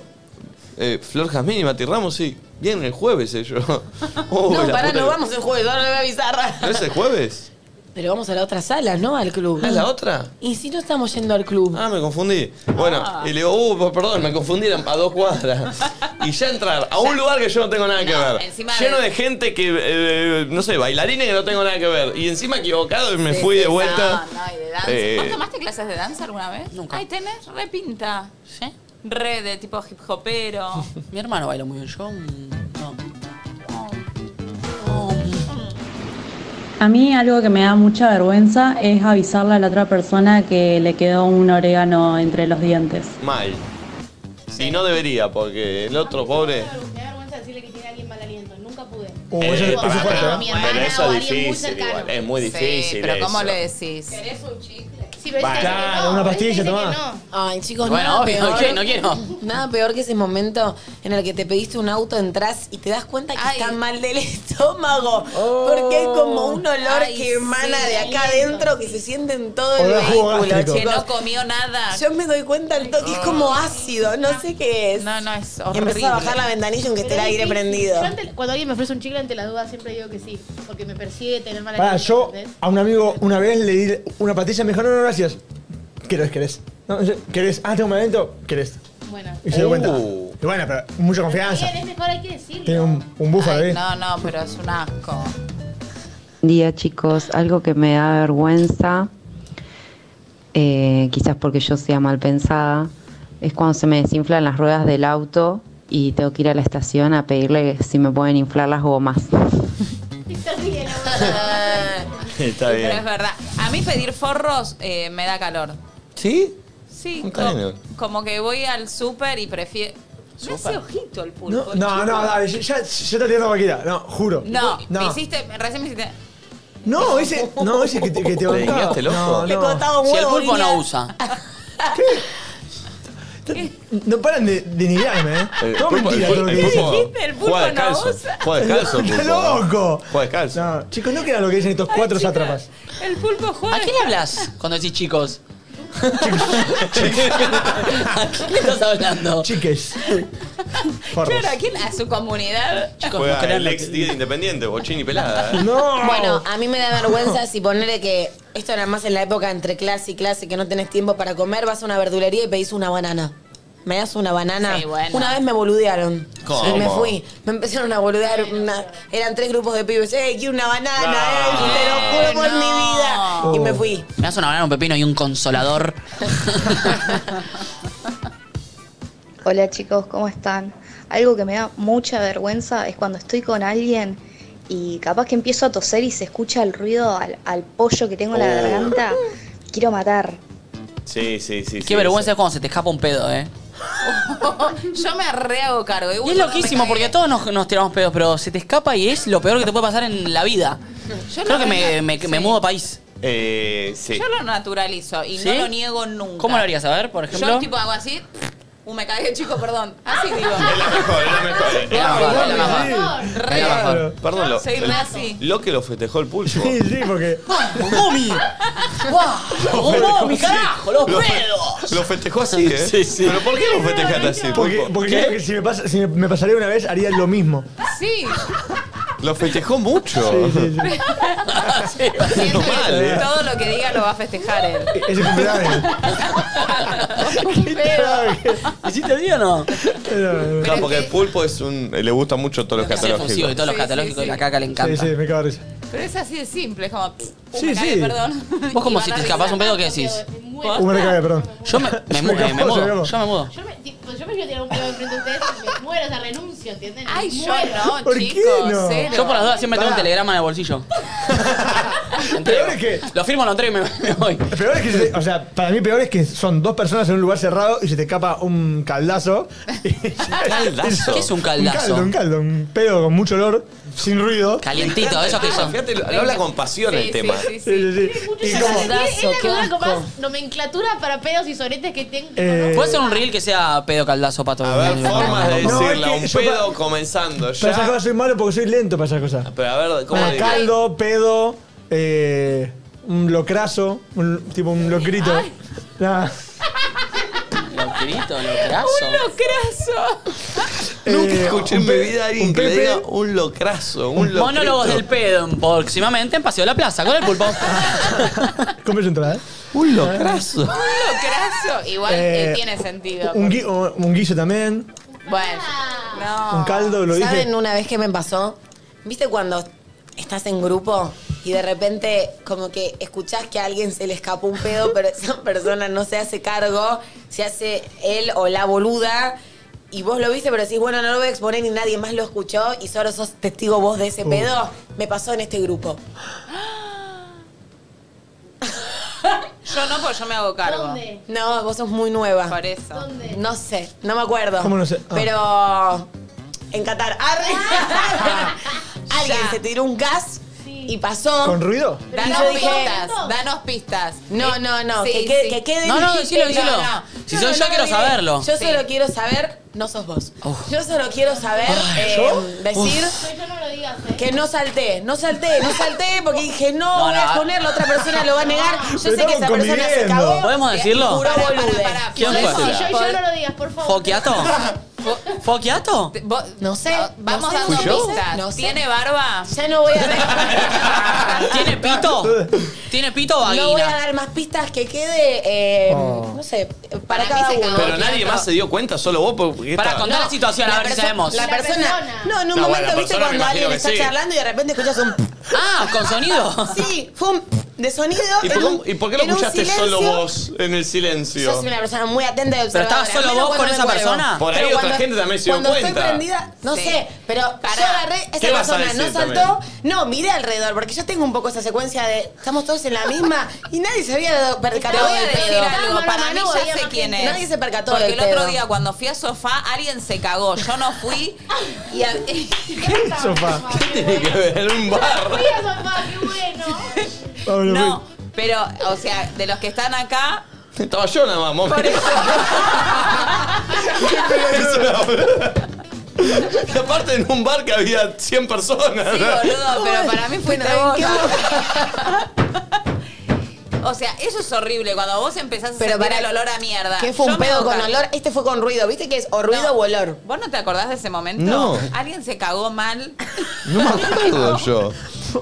Speaker 2: eh, Flor Jazmín y Mati Ramos, sí. Vienen el jueves ellos. Oh,
Speaker 6: no,
Speaker 2: la
Speaker 6: pará,
Speaker 2: puta
Speaker 6: no
Speaker 2: que-
Speaker 6: vamos el jueves, ahora me voy a avisar.
Speaker 2: ¿No es el jueves?
Speaker 6: Pero vamos a la otra sala, ¿no? Al club.
Speaker 2: ¿Es la otra?
Speaker 6: ¿Y si no estamos yendo al club?
Speaker 2: Ah, me confundí. Bueno, y le digo, uh, perdón, me confundieron a dos cuadras. Y ya entrar a un lugar que yo no tengo nada que ver.
Speaker 3: encima
Speaker 2: Lleno
Speaker 3: de-
Speaker 2: de gente que, eh, no sé, bailarines que no tengo nada que ver. Y encima equivocado y me
Speaker 3: Sí,
Speaker 2: fui
Speaker 3: sí,
Speaker 2: de vuelta.
Speaker 3: No, no, y de danza.
Speaker 2: Eh,
Speaker 3: ¿Vos tomaste clases de danza alguna vez? Nunca. Ay, tenés repinta. ¿Sí? Re de tipo hip hopero.
Speaker 4: Mi hermano baila muy bien. Yo. mm, No.
Speaker 21: A mí algo que me da mucha vergüenza es avisarle a la otra persona que le quedó un orégano entre los dientes.
Speaker 2: Mal. Si no debería, porque el otro pobre.
Speaker 7: Me da vergüenza decirle que tiene alguien mal aliento. Nunca pude.
Speaker 5: Uh,
Speaker 2: Eh,
Speaker 7: Digo,
Speaker 2: pará,
Speaker 7: a mi
Speaker 2: pará.
Speaker 7: hermana
Speaker 2: Pero eso
Speaker 7: o a
Speaker 2: es
Speaker 7: alguien muy
Speaker 2: difícil,
Speaker 7: cercano.
Speaker 2: igual. Es muy difícil.
Speaker 3: Sí, pero ¿cómo
Speaker 2: eso.
Speaker 3: le decís?
Speaker 7: ¿Querés un chicle? Sí, pero
Speaker 2: Vale.
Speaker 7: ella dice que
Speaker 2: Claro,
Speaker 7: no,
Speaker 2: una
Speaker 7: ella
Speaker 2: pastilla
Speaker 7: dice que
Speaker 2: tomá.
Speaker 7: no.
Speaker 6: Ay, chicos,
Speaker 4: Bueno,
Speaker 6: nada
Speaker 4: obvio,
Speaker 6: peor.
Speaker 4: no quiero, no quiero.
Speaker 6: Nada peor que ese momento en el que te pediste un auto, entras y te das cuenta que está mal del estómago. Porque hay como un olor
Speaker 3: Ay,
Speaker 6: que emana
Speaker 3: sí,
Speaker 6: de acá adentro que se siente en todo el
Speaker 3: Olor a jugo
Speaker 6: vehículo,
Speaker 3: gástrico.
Speaker 6: chicos.
Speaker 3: Que no comió nada. Ah.
Speaker 6: Yo me doy cuenta al toque, es como ácido, no sé qué es. No,
Speaker 3: no, es
Speaker 6: Y empezás a bajar la ventanilla aunque esté el
Speaker 7: Pero
Speaker 6: aire
Speaker 7: es difícil.
Speaker 6: prendido.
Speaker 7: Yo ante- cuando alguien me ofrece un chicle ante la duda siempre digo que sí, porque me persigue tener mala
Speaker 5: Para,
Speaker 7: leche,
Speaker 5: yo
Speaker 7: ¿entendés?
Speaker 5: a un amigo una vez le di una patilla y me dijo, no, no, gracias. ¿Querés, querés? No, yo- ¿Querés? Ah, tengo un evento, ¿querés?
Speaker 7: Bueno.
Speaker 5: Y se dio cuenta.
Speaker 2: Uh.
Speaker 5: Y bueno, pero mucha confianza.
Speaker 7: Bien, es mejor hay que decirlo.
Speaker 5: Tiene un, un búfalo ahí.
Speaker 3: No, no, pero es un asco.
Speaker 22: Buen día chicos, algo que me da vergüenza, eh, quizás porque yo sea mal pensada, es cuando se me desinflan las ruedas del auto y tengo que ir a la estación a pedirle si me pueden inflar las gomas.
Speaker 2: Está
Speaker 3: Pero es verdad. A mí pedir forros eh, me da calor.
Speaker 2: ¿Sí?
Speaker 3: Sí,
Speaker 2: Un
Speaker 3: co-
Speaker 2: caño.
Speaker 3: como que voy al súper y prefiero... Me hace ojito el pulpo.
Speaker 5: No, no, no,
Speaker 3: chico.
Speaker 5: dale, yo, ya, yo te atiendo cualquiera. No, juro.
Speaker 3: No, me
Speaker 5: no.
Speaker 3: hiciste, recién me hiciste...
Speaker 5: No, ese, no, ese que te, que te
Speaker 4: ¿Le
Speaker 5: bancaba.
Speaker 4: guiñaste el ojo?
Speaker 5: No,
Speaker 4: Le
Speaker 5: no.
Speaker 4: cortaba un Si el huevo, pulpo no guiña. usa.
Speaker 5: No paran de, de nivelarme, ¿eh?
Speaker 2: El
Speaker 5: Todo
Speaker 2: pulpo-
Speaker 5: mentira
Speaker 2: el
Speaker 5: todo lo
Speaker 2: pulpo-
Speaker 5: que
Speaker 2: el
Speaker 5: dicen.
Speaker 2: pulpo- Dijiste, el pulpo juega descalzo, no usa. juega descalzo,
Speaker 5: ¡Está
Speaker 2: pulpo, ¿no?
Speaker 5: loco!
Speaker 2: Juega descalso.
Speaker 5: No, chicos, no queda lo que dicen estos cuatro sátrapas.
Speaker 3: El pulpo juega.
Speaker 4: ¿A quién le hablas cuando decís chicos? ¿A quién le estás hablando?
Speaker 5: Chiques.
Speaker 3: Claro, ¿a quién? A su comunidad.
Speaker 2: Juega el ex Día de Independiente, bochín y pelada. ¿eh?
Speaker 6: Bueno, a mí me da vergüenza si ponerle que Esto era más en la época entre clase y clase, que no tenés tiempo para comer, vas a una verdulería y pedís una banana. ¿Me das una banana?
Speaker 3: Sí, bueno.
Speaker 6: Una vez me boludearon.
Speaker 3: ¿Cómo?
Speaker 6: Y me fui. Me empezaron a boludear. una- eran tres grupos de pibes. ¡Eh, quiero una banana! eh, te lo juro por mi vida! Y me fui.
Speaker 4: Me das una banana, un pepino y un consolador.
Speaker 17: Hola chicos, ¿cómo están? Algo que me da mucha vergüenza es cuando estoy con alguien y capaz que empiezo a toser y se escucha el ruido al, al pollo que tengo en la
Speaker 4: Oh.
Speaker 17: garganta. Quiero matar.
Speaker 4: Sí, sí, sí. Qué
Speaker 17: sí,
Speaker 4: vergüenza es cuando se te escapa un pedo, ¿eh?
Speaker 3: Yo me re hago cargo.
Speaker 4: Y es loquísimo porque todos nos, nos tiramos pedos, pero se te escapa y es lo peor que te puede pasar en la vida.
Speaker 3: Yo
Speaker 4: Creo
Speaker 3: lo
Speaker 4: que me,
Speaker 3: nat-
Speaker 4: me, que me
Speaker 3: sí.
Speaker 4: mudo a país.
Speaker 2: Eh, sí.
Speaker 3: Yo lo naturalizo y
Speaker 4: ¿Sí?
Speaker 3: no lo niego nunca.
Speaker 4: ¿Cómo lo harías? A ver, por
Speaker 3: Yo
Speaker 4: ejemplo.
Speaker 3: tipo hago así. Uh, me cagué, chico, perdón. Así digo.
Speaker 2: Era
Speaker 4: mejor, era
Speaker 2: Perdón, lo,
Speaker 3: Soy nazi.
Speaker 2: lo que lo festejó el pulso.
Speaker 5: Sí, sí, porque.
Speaker 4: ¡Gomi!
Speaker 2: ¡Guau!
Speaker 4: ¡Gomi, carajo! ¡Los
Speaker 2: Lo-
Speaker 4: pedos!
Speaker 2: Lo festejó así, ¿eh?
Speaker 5: Sí, sí.
Speaker 2: ¿Pero por qué lo festejaste así?
Speaker 5: Porque, porque yo creo que si me, pasa- si me- me pasaría una vez, haría lo mismo.
Speaker 3: Ah, Sí.
Speaker 2: Lo festejó mucho.
Speaker 5: Sí, sí,
Speaker 3: Siento que
Speaker 2: Mal, eh.
Speaker 3: Todo lo que diga lo va a festejar él.
Speaker 5: Ese cumpleaños.
Speaker 4: ¿Hiciste bien o no?
Speaker 2: No, porque el pulpo es un. Le gusta mucho todos los
Speaker 4: eh, hace efusivo
Speaker 2: catalógicos.
Speaker 4: y todos los Sí, sí, catalógicos y sí. la caca le encanta.
Speaker 5: Sí, sí, me cago en risa.
Speaker 3: Pero es así de simple, es como. "Pff, uh,
Speaker 5: Sí,
Speaker 3: me cagué,
Speaker 5: sí.
Speaker 3: perdón.
Speaker 4: Vos como
Speaker 3: Y
Speaker 4: si
Speaker 3: van
Speaker 4: te
Speaker 3: a
Speaker 4: escapas un
Speaker 3: revisar.
Speaker 4: pedo, ¿qué decís?
Speaker 5: Un mercado, perdón.
Speaker 4: Yo me, me, mu-
Speaker 5: escapó,
Speaker 4: eh, me
Speaker 5: se me
Speaker 4: mudo,
Speaker 5: escapó.
Speaker 4: yo me mudo.
Speaker 7: Yo me, tipo, Pues yo me quiero tirar un pedo enfrente de ustedes y me muero, o sea, renuncio, ¿entienden?
Speaker 3: Ay, yo
Speaker 7: Muero.
Speaker 3: no, ¿Por qué chicos, no? cero.
Speaker 4: Yo por las dudas siempre tengo un
Speaker 3: Pará.
Speaker 4: telegrama en el bolsillo. Entrego. Lo firmo, lo entrego y me, me voy.
Speaker 5: Peor es que, se- o sea, para mí peor es que son dos personas en un lugar cerrado y se te escapa un caldazo.
Speaker 4: ¿Caldazo? ¿Qué es un caldazo?
Speaker 5: Un caldo, un caldo, un pedo con mucho olor, sin ruido.
Speaker 4: Calientito, eso que son.
Speaker 2: Fíjate, lo, lo habla con pasión
Speaker 5: Sí,
Speaker 2: el
Speaker 5: sí,
Speaker 2: tema.
Speaker 5: sí, sí. Sí, sí, sí.
Speaker 7: Es
Speaker 5: Y como-
Speaker 7: la- es la
Speaker 5: qué
Speaker 7: nueva
Speaker 5: asco.
Speaker 7: como más nomenclatura para pedos y soretes que tengo.
Speaker 4: Puede ser un reel que sea pedo caldazo para todo.
Speaker 2: A ver, formas de
Speaker 5: eh, No, es
Speaker 2: decirla.
Speaker 5: que
Speaker 2: Un
Speaker 5: yo
Speaker 2: pedo comenzando
Speaker 5: Para esas
Speaker 2: ya.
Speaker 5: cosas soy malo porque soy lento para esas cosas.
Speaker 2: Pero a ver, ¿cómo
Speaker 5: Ah,
Speaker 2: diría?
Speaker 5: caldo, pedo, eh, un locrazo, un- tipo un locrito. Nah,
Speaker 4: Locrito, locrazo.
Speaker 3: Un locrazo.
Speaker 2: Nunca escuché en mi
Speaker 4: pe-
Speaker 2: vida a alguien
Speaker 4: un
Speaker 2: que le
Speaker 4: pepe.
Speaker 2: diga un locrazo. Un locrito.
Speaker 4: Monólogos del pedo próximamente en Paseo de la Plaza con el pulpo.
Speaker 5: ¿Cómo es entrada?
Speaker 2: Un
Speaker 3: Un locrazo. Igual eh,
Speaker 5: Eh,
Speaker 3: tiene sentido.
Speaker 5: Un, gui- un guiso también.
Speaker 3: Bueno, no.
Speaker 5: Un caldo, lo
Speaker 6: ¿Saben
Speaker 5: dije.
Speaker 6: una vez que me pasó? ¿Viste cuando estás en grupo y de repente como que escuchás que a alguien se le escapó un pedo, pero esa persona no se hace cargo, se hace él o la boluda? Y vos lo viste, pero decís, bueno, no lo voy a exponer y nadie más lo escuchó y solo sos testigo vos de ese
Speaker 5: Uh.
Speaker 6: pedo. Me pasó en este grupo.
Speaker 3: Yo no, porque yo me hago cargo.
Speaker 6: ¿Dónde? No, vos sos muy nueva. Por
Speaker 3: eso. ¿Dónde?
Speaker 6: No sé, no me acuerdo.
Speaker 5: ¿Cómo no sé? Ah.
Speaker 6: Pero en Qatar. ¡Arre! Alguien se tiró un gas y pasó.
Speaker 5: ¿Con ruido?
Speaker 6: Y
Speaker 3: Danos
Speaker 6: yo dije-
Speaker 3: pistas, danos pistas.
Speaker 6: No,
Speaker 3: Eh,
Speaker 6: no, no.
Speaker 3: sí,
Speaker 6: que, quede-
Speaker 3: sí.
Speaker 6: que quede
Speaker 4: No, no, decilo,
Speaker 6: dijiste-
Speaker 4: decilo. Si soy yo, quiero
Speaker 6: diré.
Speaker 4: saberlo.
Speaker 6: Yo
Speaker 4: Sí.
Speaker 6: solo quiero saber, no sos vos. Yo solo quiero saber, eh,
Speaker 4: ¿yo?
Speaker 6: decir
Speaker 7: Yo no lo digas. eh.
Speaker 6: que no salté, no salté, no salté, porque dije, no,
Speaker 4: No,
Speaker 6: voy
Speaker 4: no,
Speaker 6: a
Speaker 4: ah.
Speaker 6: poner, la otra persona lo va a negar. Yo sé que esa
Speaker 4: Estamos
Speaker 6: persona se
Speaker 4: conviviendo.
Speaker 6: cagó.
Speaker 4: ¿Podemos
Speaker 6: y
Speaker 4: decirlo?
Speaker 6: Juró
Speaker 4: Pará, pará,
Speaker 6: bolude.
Speaker 4: ¿Quién
Speaker 7: Yo,
Speaker 4: fue?
Speaker 7: yo, yo no lo digas, por favor.
Speaker 4: ¿Foquiato? ¿Foquiato?
Speaker 6: No sé.
Speaker 3: Ah, Vamos
Speaker 4: sé.
Speaker 3: dando
Speaker 4: ¿Fui yo?
Speaker 3: pistas.
Speaker 4: No sé.
Speaker 3: ¿Tiene barba?
Speaker 6: Ya no voy a
Speaker 4: ¿Tiene pito? ¿Tiene pito o
Speaker 6: No voy a
Speaker 4: vagina?
Speaker 6: dar más pistas que quede, eh,
Speaker 4: Oh.
Speaker 6: no sé, para, cada uno.
Speaker 2: Pero nadie más se dio cuenta, solo vos. porque
Speaker 4: Para
Speaker 2: esta-
Speaker 4: contar la situación, a ver si
Speaker 6: perso-
Speaker 4: sabemos.
Speaker 6: La persona. No, en un
Speaker 2: No, bueno,
Speaker 6: momento,
Speaker 2: la
Speaker 6: ¿viste
Speaker 2: persona me
Speaker 6: cuando
Speaker 2: imagino
Speaker 6: alguien
Speaker 2: que
Speaker 6: está
Speaker 2: sí.
Speaker 6: charlando y de repente escuchas un.
Speaker 4: Ah, ¿con sonido?
Speaker 6: Sí, fue un de sonido.
Speaker 2: ¿Y
Speaker 6: en
Speaker 2: por,
Speaker 6: un-
Speaker 2: cómo- y por qué lo
Speaker 6: en un
Speaker 2: escuchaste
Speaker 6: silencio.
Speaker 2: solo vos en el silencio?
Speaker 6: Yo soy una persona muy atenta y
Speaker 2: Pero
Speaker 6: observadora.
Speaker 2: estabas solo
Speaker 6: menos
Speaker 2: vos con
Speaker 6: cuando me
Speaker 2: esa
Speaker 6: cuelgo.
Speaker 2: persona. Por ahí
Speaker 6: Pero
Speaker 2: otra
Speaker 6: cuando-
Speaker 2: gente también se dio
Speaker 6: cuando
Speaker 2: cuenta.
Speaker 6: estoy prendida, no
Speaker 3: Sí.
Speaker 6: sé, pero yo agarré
Speaker 2: ¿Qué
Speaker 6: esa
Speaker 2: vas a
Speaker 6: persona, no
Speaker 2: decir
Speaker 6: saltó. No, miré alrededor, porque yo tengo un poco esa secuencia de estamos todos en la misma y nadie se había dado- percatado
Speaker 3: Te voy a
Speaker 6: del
Speaker 3: decir
Speaker 6: pedo.
Speaker 3: algo, para mí ya sé quién es.
Speaker 6: Nadie se percató
Speaker 3: Porque
Speaker 6: del
Speaker 3: el otro
Speaker 6: pedo.
Speaker 3: día cuando fui a sofá, alguien se cagó. Yo no fui. Y a-
Speaker 5: Sofá.
Speaker 2: ¿Qué tiene que ver? Un bar.
Speaker 3: no, pero, o sea, de los que están acá,
Speaker 2: Estaba yo nada más, mami. Es una boluda. Y aparte en un bar que había 100 personas.
Speaker 3: sí, boludo, pero para mí fuiste
Speaker 6: Bueno,
Speaker 3: vos.
Speaker 6: ¿en
Speaker 3: O sea, eso es horrible. Cuando vos empezás a
Speaker 6: Pero
Speaker 3: sentir
Speaker 6: pará,
Speaker 3: el olor a mierda.
Speaker 6: ¿Qué fue
Speaker 3: Yo
Speaker 6: un
Speaker 3: me
Speaker 6: pedo
Speaker 3: hago
Speaker 6: con
Speaker 3: cargo.
Speaker 6: olor? Este fue con ruido, ¿viste que es o ruido o olor?
Speaker 3: ¿Vos no te acordás de ese momento?
Speaker 2: No.
Speaker 3: Alguien se cagó mal.
Speaker 2: No me acuerdo yo.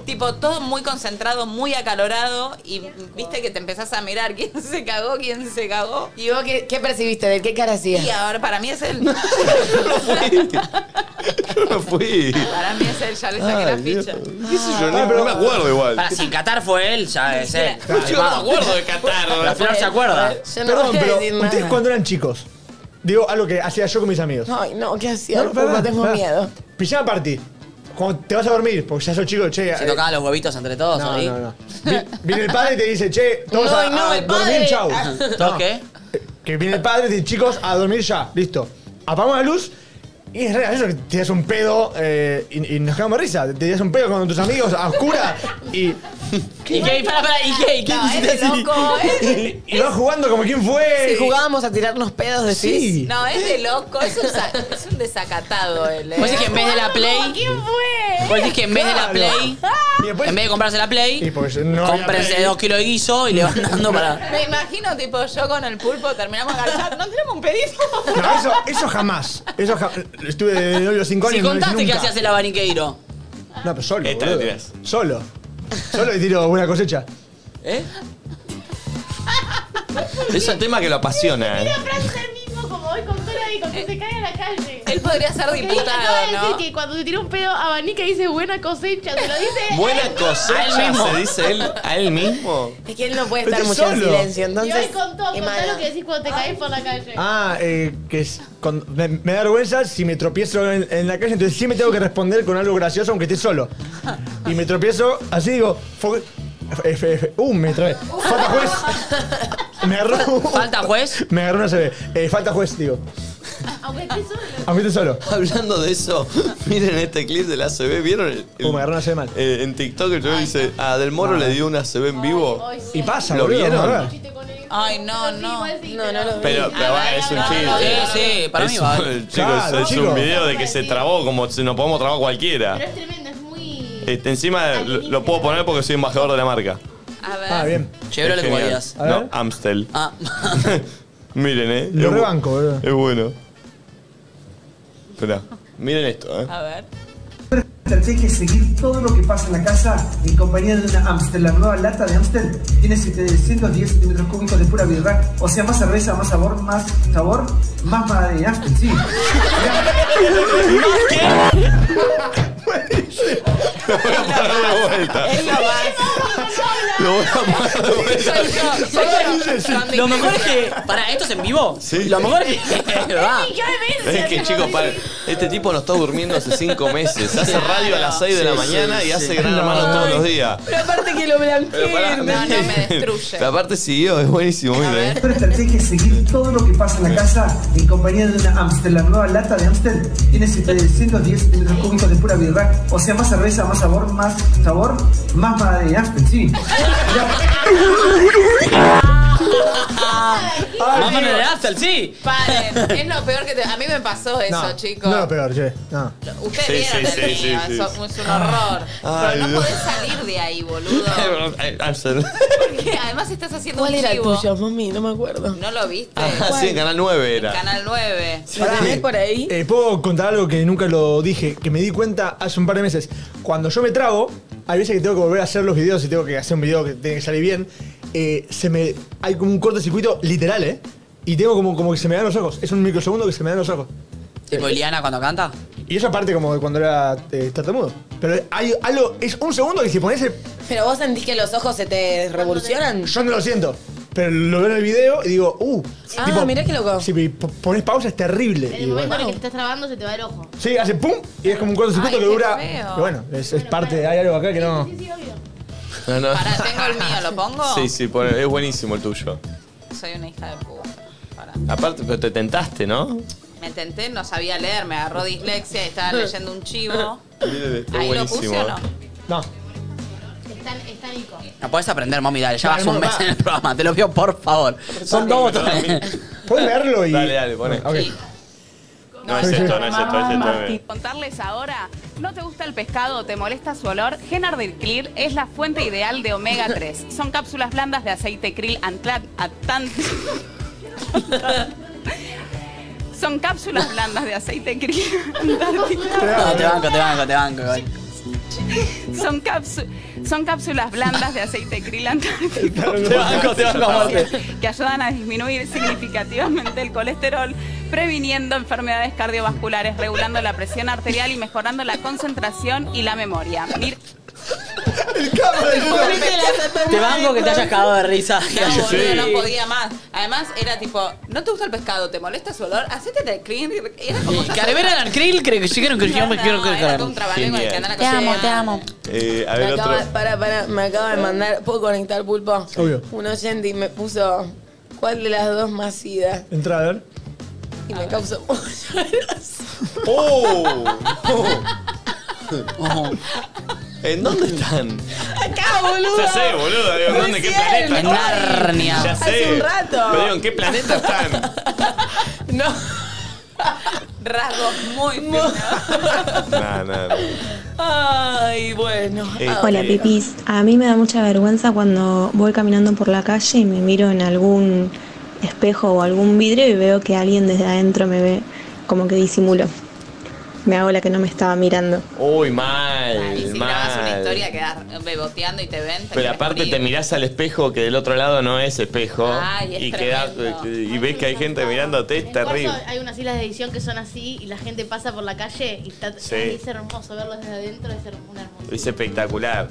Speaker 3: tipo, todo muy concentrado, muy acalorado y viste que te empezás a mirar quién se cagó, quién se cagó.
Speaker 6: ¿Y vos qué, qué percibiste? ¿De qué cara hacía?
Speaker 3: Y ahora para mí es el...
Speaker 14: no fui.
Speaker 3: para mí es el, ya le saqué la ficha.
Speaker 14: ¿Qué sé yo? No, no me acuerdo igual.
Speaker 4: Para, si en Qatar fue él, ya es él.
Speaker 2: Yo no me acuerdo de Qatar.
Speaker 4: La final se acuerda.
Speaker 6: eh, Yo no
Speaker 5: Perdón,
Speaker 6: voy a
Speaker 5: pero
Speaker 6: decir
Speaker 5: ustedes
Speaker 6: nada.
Speaker 5: cuando eran chicos, digo algo que hacía yo con mis amigos.
Speaker 6: Ay, no, ¿qué hacía?
Speaker 5: No,
Speaker 6: No,
Speaker 5: pará,
Speaker 6: tengo
Speaker 5: pará.
Speaker 6: miedo.
Speaker 5: Pijama party. Cuando te vas a dormir, porque ya sos chico, che.
Speaker 4: Se
Speaker 5: eh,
Speaker 4: tocaban los huevitos entre todos
Speaker 5: No,
Speaker 4: ahí.
Speaker 5: no, no. Viene el padre y te dice, che, todos
Speaker 4: No,
Speaker 5: a,
Speaker 4: no,
Speaker 5: a
Speaker 4: el
Speaker 5: dormir,
Speaker 4: padre.
Speaker 5: chau.
Speaker 4: Ah. ¿Todos qué?
Speaker 5: Que viene el padre y te dice, chicos, a dormir ya, listo. Apagamos la luz y es real eso que te das un pedo eh, y, y nos cagamos de risa. Te das un pedo con tus amigos a oscuras y.
Speaker 4: ¿Y qué? Pará, pará, ¿y qué? ¿Y qué
Speaker 6: No,
Speaker 4: hiciste
Speaker 6: es
Speaker 4: así?
Speaker 6: loco,
Speaker 3: ¿eh?
Speaker 6: es-
Speaker 5: Y vas jugando como quién fue.
Speaker 6: Si jugábamos a tirarnos pedos de
Speaker 5: Sí.
Speaker 3: No, es de loco, es un, sa- es un desacatado él. ¿eh?
Speaker 4: Vos decís que en vez de la Play-
Speaker 3: ¿Quién fue?
Speaker 4: Vos decís que en vez de la
Speaker 5: Claro.
Speaker 4: Play, en vez de comprarse la Play,
Speaker 5: no había
Speaker 4: cómprense
Speaker 5: Play.
Speaker 4: dos kilos de guiso y le van dando para.
Speaker 3: Me imagino, tipo, yo con el pulpo terminamos agachando. ¿No tenemos un pedito?
Speaker 5: No, eso, eso jamás. Eso jamás. Estuve de novio cinco años.
Speaker 4: Si
Speaker 5: y no lo hice
Speaker 4: contaste que
Speaker 5: nunca.
Speaker 4: hacías el abaniqueiro.
Speaker 5: No, pero solo.
Speaker 2: Esta la
Speaker 5: boludo.
Speaker 2: tirás.
Speaker 5: Solo. Solo y tiro buena cosecha.
Speaker 4: ¿Eh?
Speaker 2: Es un tema que lo apasiona.
Speaker 7: Mira,
Speaker 2: ¿eh?
Speaker 7: Fran es el mismo como hoy con todo el que se cae a la calle.
Speaker 3: Él podría ser
Speaker 7: Porque él
Speaker 3: diputado,
Speaker 7: acaba de
Speaker 3: ¿no?
Speaker 7: decir que cuando se tira un pedo abanica dice buena cosecha, se lo dice.
Speaker 2: Buena
Speaker 7: él.
Speaker 2: cosecha,
Speaker 4: mismo.
Speaker 2: se dice él a él mismo.
Speaker 6: Es que él no puede
Speaker 5: Pero
Speaker 6: estar
Speaker 5: es
Speaker 6: mucho en
Speaker 5: solo.
Speaker 6: silencio,
Speaker 7: y hoy
Speaker 6: entonces.
Speaker 7: contó,
Speaker 6: qué
Speaker 7: contó
Speaker 6: malo.
Speaker 7: lo que decís cuando te caes por la calle.
Speaker 5: Ah, eh, que es- con- me, me da vergüenza si me tropiezo en, en la calle, entonces sí me tengo que responder con algo gracioso aunque esté solo. Y me tropiezo, así digo, fo- F, F, uh, me trabé. Falta juez. Me agarró.
Speaker 4: ¿Falta juez?
Speaker 5: Me agarró una CB. Eh, falta juez, digo.
Speaker 7: Aunque estés solo.
Speaker 5: Aunque esté solo.
Speaker 2: Hablando de eso, miren este clip del ACB, ¿vieron? El, el-
Speaker 5: Uh, me agarró una CB mal.
Speaker 2: eh, en TikTok yo dice, a Del Moro le dio una ACB en vivo.
Speaker 5: Y pasa,
Speaker 2: ¿Lo
Speaker 5: boludo,
Speaker 2: vieron?
Speaker 5: me agarró.
Speaker 3: Ay, no, no.
Speaker 6: No, no lo vi.
Speaker 3: Ah,
Speaker 2: Pero, pero va, es un chiste.
Speaker 4: Sí, sí, para
Speaker 2: Es
Speaker 4: mí
Speaker 2: un-
Speaker 4: va.
Speaker 2: chicos,
Speaker 5: Claro,
Speaker 2: es
Speaker 5: chicos.
Speaker 2: un video de que se trabó como si nos podemos trabar cualquiera.
Speaker 7: Pero es tremendo, es muy.
Speaker 2: Este, encima lo, lo puedo poner porque soy embajador de la marca.
Speaker 3: A ver.
Speaker 5: Ah, bien.
Speaker 4: Chevrolet
Speaker 2: Es genial.
Speaker 4: Guayas.
Speaker 5: A ver.
Speaker 2: No, Amstel.
Speaker 4: Ah,
Speaker 2: Miren, eh.
Speaker 5: Lo
Speaker 2: es, bu-
Speaker 5: rebanco, boludo.
Speaker 2: es bueno. Esperá. Miren esto, eh.
Speaker 3: A ver.
Speaker 11: Traté que seguir todo lo que pasa en la casa en compañía de una Amstel. La nueva lata de Amstel tiene 710 centímetros cúbicos de pura birra. O sea, más cerveza, más sabor, más sabor, más madre de Amstel, sí.
Speaker 2: Lo voy a parar de vuelta.
Speaker 3: Es lo más.
Speaker 2: Lo voy a parar de vuelta.
Speaker 3: Soy yo. Soy yo. Con mi-
Speaker 4: lo mejor es que. Pará, ¿esto es en vivo?
Speaker 2: Sí.
Speaker 4: Lo mejor es que. va.
Speaker 7: Y yo de
Speaker 2: Es que chicos, paren. este tipo no está durmiendo hace cinco meses. Hace radio a las 6 de la
Speaker 4: Sí,
Speaker 2: mañana
Speaker 4: sí,
Speaker 2: y hace
Speaker 4: sí.
Speaker 2: Gran Hermano todos los días.
Speaker 6: Pero aparte que lo
Speaker 2: Pero pará,
Speaker 6: blanqueen.
Speaker 3: No, no, me destruye.
Speaker 2: Pero aparte siguió, es buenísimo, miren. eh.
Speaker 11: Pero traté que seguir todo lo que pasa en la casa en compañía de una Amstel. La nueva lata de Amstel tiene 710 centímetros cúbicos de pura birra. O sea, más cerveza, más sabor, más sabor, más madre de Amstel, sí.
Speaker 4: Vamos en el Aftel, sí.
Speaker 3: Paren, es lo peor que te... A mí me pasó eso,
Speaker 5: No,
Speaker 3: chicos.
Speaker 5: No, lo peor, che. No.
Speaker 3: Ustedes
Speaker 2: Sí,
Speaker 3: vieron
Speaker 2: sí,
Speaker 3: el
Speaker 2: sí,
Speaker 3: mío,
Speaker 2: sí,
Speaker 3: eso
Speaker 2: sí.
Speaker 3: es un horror.
Speaker 2: Ay,
Speaker 3: Pero
Speaker 2: Dios.
Speaker 3: no
Speaker 2: eh,
Speaker 3: podés salir de ahí, boludo.
Speaker 2: Amstel.
Speaker 3: Porque además estás haciendo
Speaker 6: ¿Cuál
Speaker 3: un
Speaker 6: era el
Speaker 3: chivo.
Speaker 6: tuyo, mami? No me acuerdo.
Speaker 3: ¿No lo viste?
Speaker 2: Ah, sí, en Canal 9 era.
Speaker 3: Canal 9.
Speaker 6: ¿Lo tenés por ahí?
Speaker 5: Eh, Puedo contar algo que nunca lo dije, que me di cuenta hace un par de meses. Cuando yo me trago, hay veces que tengo que volver a hacer los videos y tengo que hacer un video que tiene que salir bien. eh, se me. Hay como un cortocircuito literal, ¿eh? Y tengo como, como que se me dan los ojos. Es un microsegundo que se me dan los ojos. Eh,
Speaker 4: Tipo Iliana cuando canta.
Speaker 5: Y eso aparte como de cuando era eh, tartamudo. Pero hay algo. Es un segundo que si pones. el-
Speaker 6: Pero vos sentís que los ojos se te revolucionan.
Speaker 5: Yo no lo siento. Pero lo veo en el video y digo, uh.
Speaker 6: Ah, mirá qué loco.
Speaker 5: Si po- pones pausa es terrible.
Speaker 7: En
Speaker 5: Y
Speaker 7: el momento en
Speaker 5: bueno.
Speaker 7: el que te estás trabando se te va el ojo.
Speaker 5: Sí, hace pum y es como un cortocircuito
Speaker 3: Ay,
Speaker 5: que
Speaker 3: qué
Speaker 5: dura.
Speaker 3: feo.
Speaker 5: Y bueno, es, es parte de. Hay algo acá que no.
Speaker 7: Sí, sí, obvio.
Speaker 2: No, no.
Speaker 3: Pará, tengo el mío, ¿lo pongo?
Speaker 2: Sí, sí, pone- es buenísimo el tuyo.
Speaker 3: Soy una hija de puta. Pará.
Speaker 2: Aparte, pero te tentaste, ¿no?
Speaker 3: Me tenté, no sabía leer, me agarró dislexia y estaba leyendo un chivo.
Speaker 2: Miren, es
Speaker 3: Ahí lo puse
Speaker 2: buenísimo.
Speaker 3: o no.
Speaker 5: No.
Speaker 7: Están, están Nico.
Speaker 4: No podés aprender, mami, dale. Ya vas
Speaker 5: Dale,
Speaker 4: un mes
Speaker 5: mamá.
Speaker 4: en el programa. Te lo pido, por favor. Son dos botones.
Speaker 5: Puedes verlo y.
Speaker 2: Dale, dale, poné.
Speaker 5: Ok.
Speaker 2: No es esto, no es esto, es esto. eh.
Speaker 23: Contarles ahora, ¿no te gusta el pescado? ¿Te molesta su olor? Genardir Clear es la fuente ideal de omega 3. Son cápsulas blandas de aceite krill antla- atan- Son cápsulas blandas de aceite krill antártico.
Speaker 4: No, te banco, te banco, te banco. igual.
Speaker 3: Son, cápsu- son cápsulas blandas de aceite krill antártico.
Speaker 4: Te banco, te banco a muerte.
Speaker 3: que ayudan a disminuir significativamente el colesterol, previniendo enfermedades cardiovasculares, regulando la presión arterial y mejorando la concentración y la memoria. Mir-
Speaker 4: Te banco que te hayas cagado de risa.
Speaker 24: No, boludo,
Speaker 4: Sí.
Speaker 24: no podía más. Además, era tipo, ¿no te gusta el pescado? ¿Te molesta su olor? Hacete de clean. Era como...
Speaker 4: Carevera eran krill, creo que llegaron que llegaron que llegaron que llegaron.
Speaker 6: Te amo, te amo.
Speaker 2: Eh, a
Speaker 6: Me
Speaker 2: ver,
Speaker 6: acaba,
Speaker 2: otro.
Speaker 6: para, para, me acaba de mandar. ¿Puedo conectar pulpo?
Speaker 5: Obvio.
Speaker 6: Un oyente y me puso. ¿Cuál de las dos más sida?
Speaker 5: Entra a ver.
Speaker 6: Y me causó mucha gracia.
Speaker 2: ¡Oh! ¿En dónde están?
Speaker 6: Acá, boludo.
Speaker 2: Ya sé, boludo. Digo, ¿Dónde? ¿Qué planeta?
Speaker 6: En
Speaker 2: Narnia. Ya sé.
Speaker 6: Hace un rato.
Speaker 2: Pero digo, ¿en qué planeta están?
Speaker 6: No.
Speaker 24: Rasgos muy
Speaker 2: No, no, no.
Speaker 6: Ay, bueno.
Speaker 2: Este,
Speaker 9: Hola pipis, a mí me da mucha vergüenza cuando voy caminando por la calle y me miro en algún espejo o algún vidrio y veo que alguien desde adentro me ve como que disimulo. Me hago la que no me estaba mirando.
Speaker 2: Uy, mal,
Speaker 24: Y si grabas una
Speaker 2: mal.
Speaker 24: historia, quedás beboteando y te ven. te
Speaker 2: Pero
Speaker 24: querés
Speaker 2: aparte
Speaker 24: morir.
Speaker 2: te mirás al espejo que del otro lado no es espejo
Speaker 24: Ay, es
Speaker 2: y quedás- y ves que hay gente mirándote, es terrible.
Speaker 7: Cuarzo, hay unas islas de edición que son así y la gente pasa por la calle y está.
Speaker 2: Sí.
Speaker 7: Ay, es hermoso verlos desde adentro, es her- una hermosa.
Speaker 2: Es espectacular.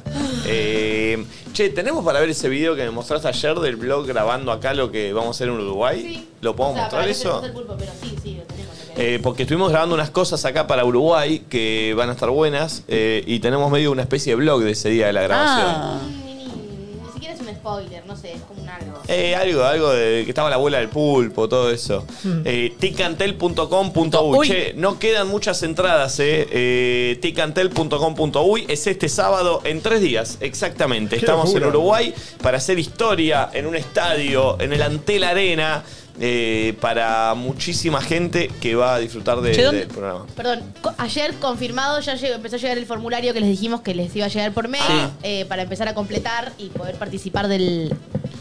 Speaker 2: Eh, che, ¿tenemos para ver ese video que me mostraste ayer del blog grabando acá lo que vamos a hacer en Uruguay? ¿Lo
Speaker 7: O
Speaker 2: podemos
Speaker 7: sea,
Speaker 2: mostrar
Speaker 7: para que se
Speaker 2: eso?
Speaker 7: pase el pulpo, pero sí, sí, lo tenemos.
Speaker 2: Eh, porque estuvimos grabando unas cosas acá para Uruguay que van a estar buenas eh, y tenemos medio una especie de blog de ese día de la grabación.
Speaker 7: Ah. Ni siquiera es un spoiler, no sé, es como un algo.
Speaker 2: Eh, algo, algo de que estaba la abuela del pulpo, todo eso.
Speaker 25: Mm.
Speaker 2: Eh, ticantel.com.uy. Che, no quedan muchas entradas, eh. eh ticantel.com.uy es este sábado en tres días, exactamente.
Speaker 25: Qué
Speaker 2: Estamos
Speaker 25: locura.
Speaker 2: en Uruguay para hacer historia en un estadio, en el Antel Arena, eh, para muchísima gente que va a disfrutar de-
Speaker 7: Che, ¿dónde-
Speaker 2: del programa.
Speaker 7: Perdón, co- ayer confirmado ya llegó- empezó a llegar el formulario que les dijimos que les iba a llegar por mail
Speaker 2: Sí.
Speaker 7: eh, para empezar a completar y poder participar del,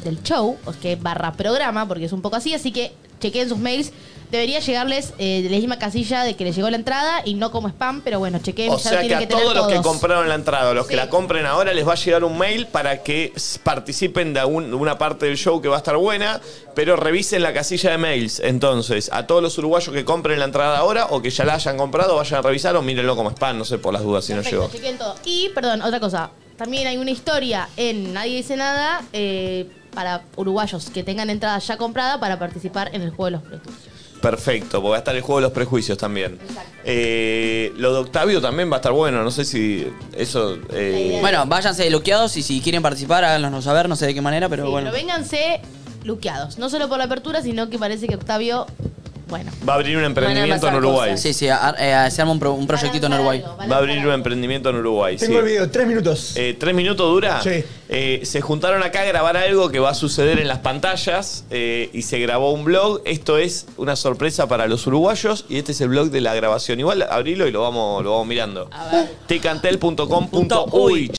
Speaker 7: del show, o que barra programa, porque es un poco así, así que chequeen sus mails. Debería llegarles eh, de la misma casilla de que les llegó la entrada y no como spam, pero bueno, chequeen,
Speaker 2: O
Speaker 7: ya lo
Speaker 2: sea que
Speaker 7: tienen
Speaker 2: a
Speaker 7: que tener
Speaker 2: todos los que
Speaker 7: todos.
Speaker 2: compraron la entrada, los que la compren ahora, les va a llegar un mail para que s- participen de algún- de una parte del show que va a estar buena, pero revisen la casilla de mails. Entonces, a todos los uruguayos que compren la entrada ahora o que ya la hayan comprado, vayan a revisar o mírenlo como spam, no sé por las dudas si no
Speaker 7: Perfecto,
Speaker 2: llegó.
Speaker 7: chequen todo. Y, perdón, otra cosa. También hay una historia en Nadie Dice Nada eh, para uruguayos que tengan entrada ya comprada para participar en el juego de los Pro Tours.
Speaker 2: Perfecto, porque va a estar el juego de los prejuicios también. Eh, lo de Octavio también va a estar bueno, no sé si eso... eh,
Speaker 4: Bueno, váyanse bloqueados y si quieren participar, háganoslo saber, no sé de qué manera, pero
Speaker 7: Sí,
Speaker 4: bueno.
Speaker 7: Pero vénganse luqueados. No solo por la apertura, sino que parece que Octavio. Bueno.
Speaker 2: Va a abrir un emprendimiento en Uruguay.
Speaker 4: Sí, sí, a- a- eh, se arma un, pro- un proyectito en Uruguay.
Speaker 2: Va a abrir un emprendimiento en Uruguay.
Speaker 4: Tengo
Speaker 2: sí. Eh,
Speaker 4: el video,
Speaker 5: tres minutos.
Speaker 2: ¿Tres minutos dura?
Speaker 5: Sí.
Speaker 2: Eh, se juntaron acá a grabar algo que va a suceder en las pantallas eh, y se grabó un blog. Esto es una sorpresa para los uruguayos y este es el blog de la grabación. Igual abrilo y lo vamos, lo vamos mirando. tecantel.com.uy.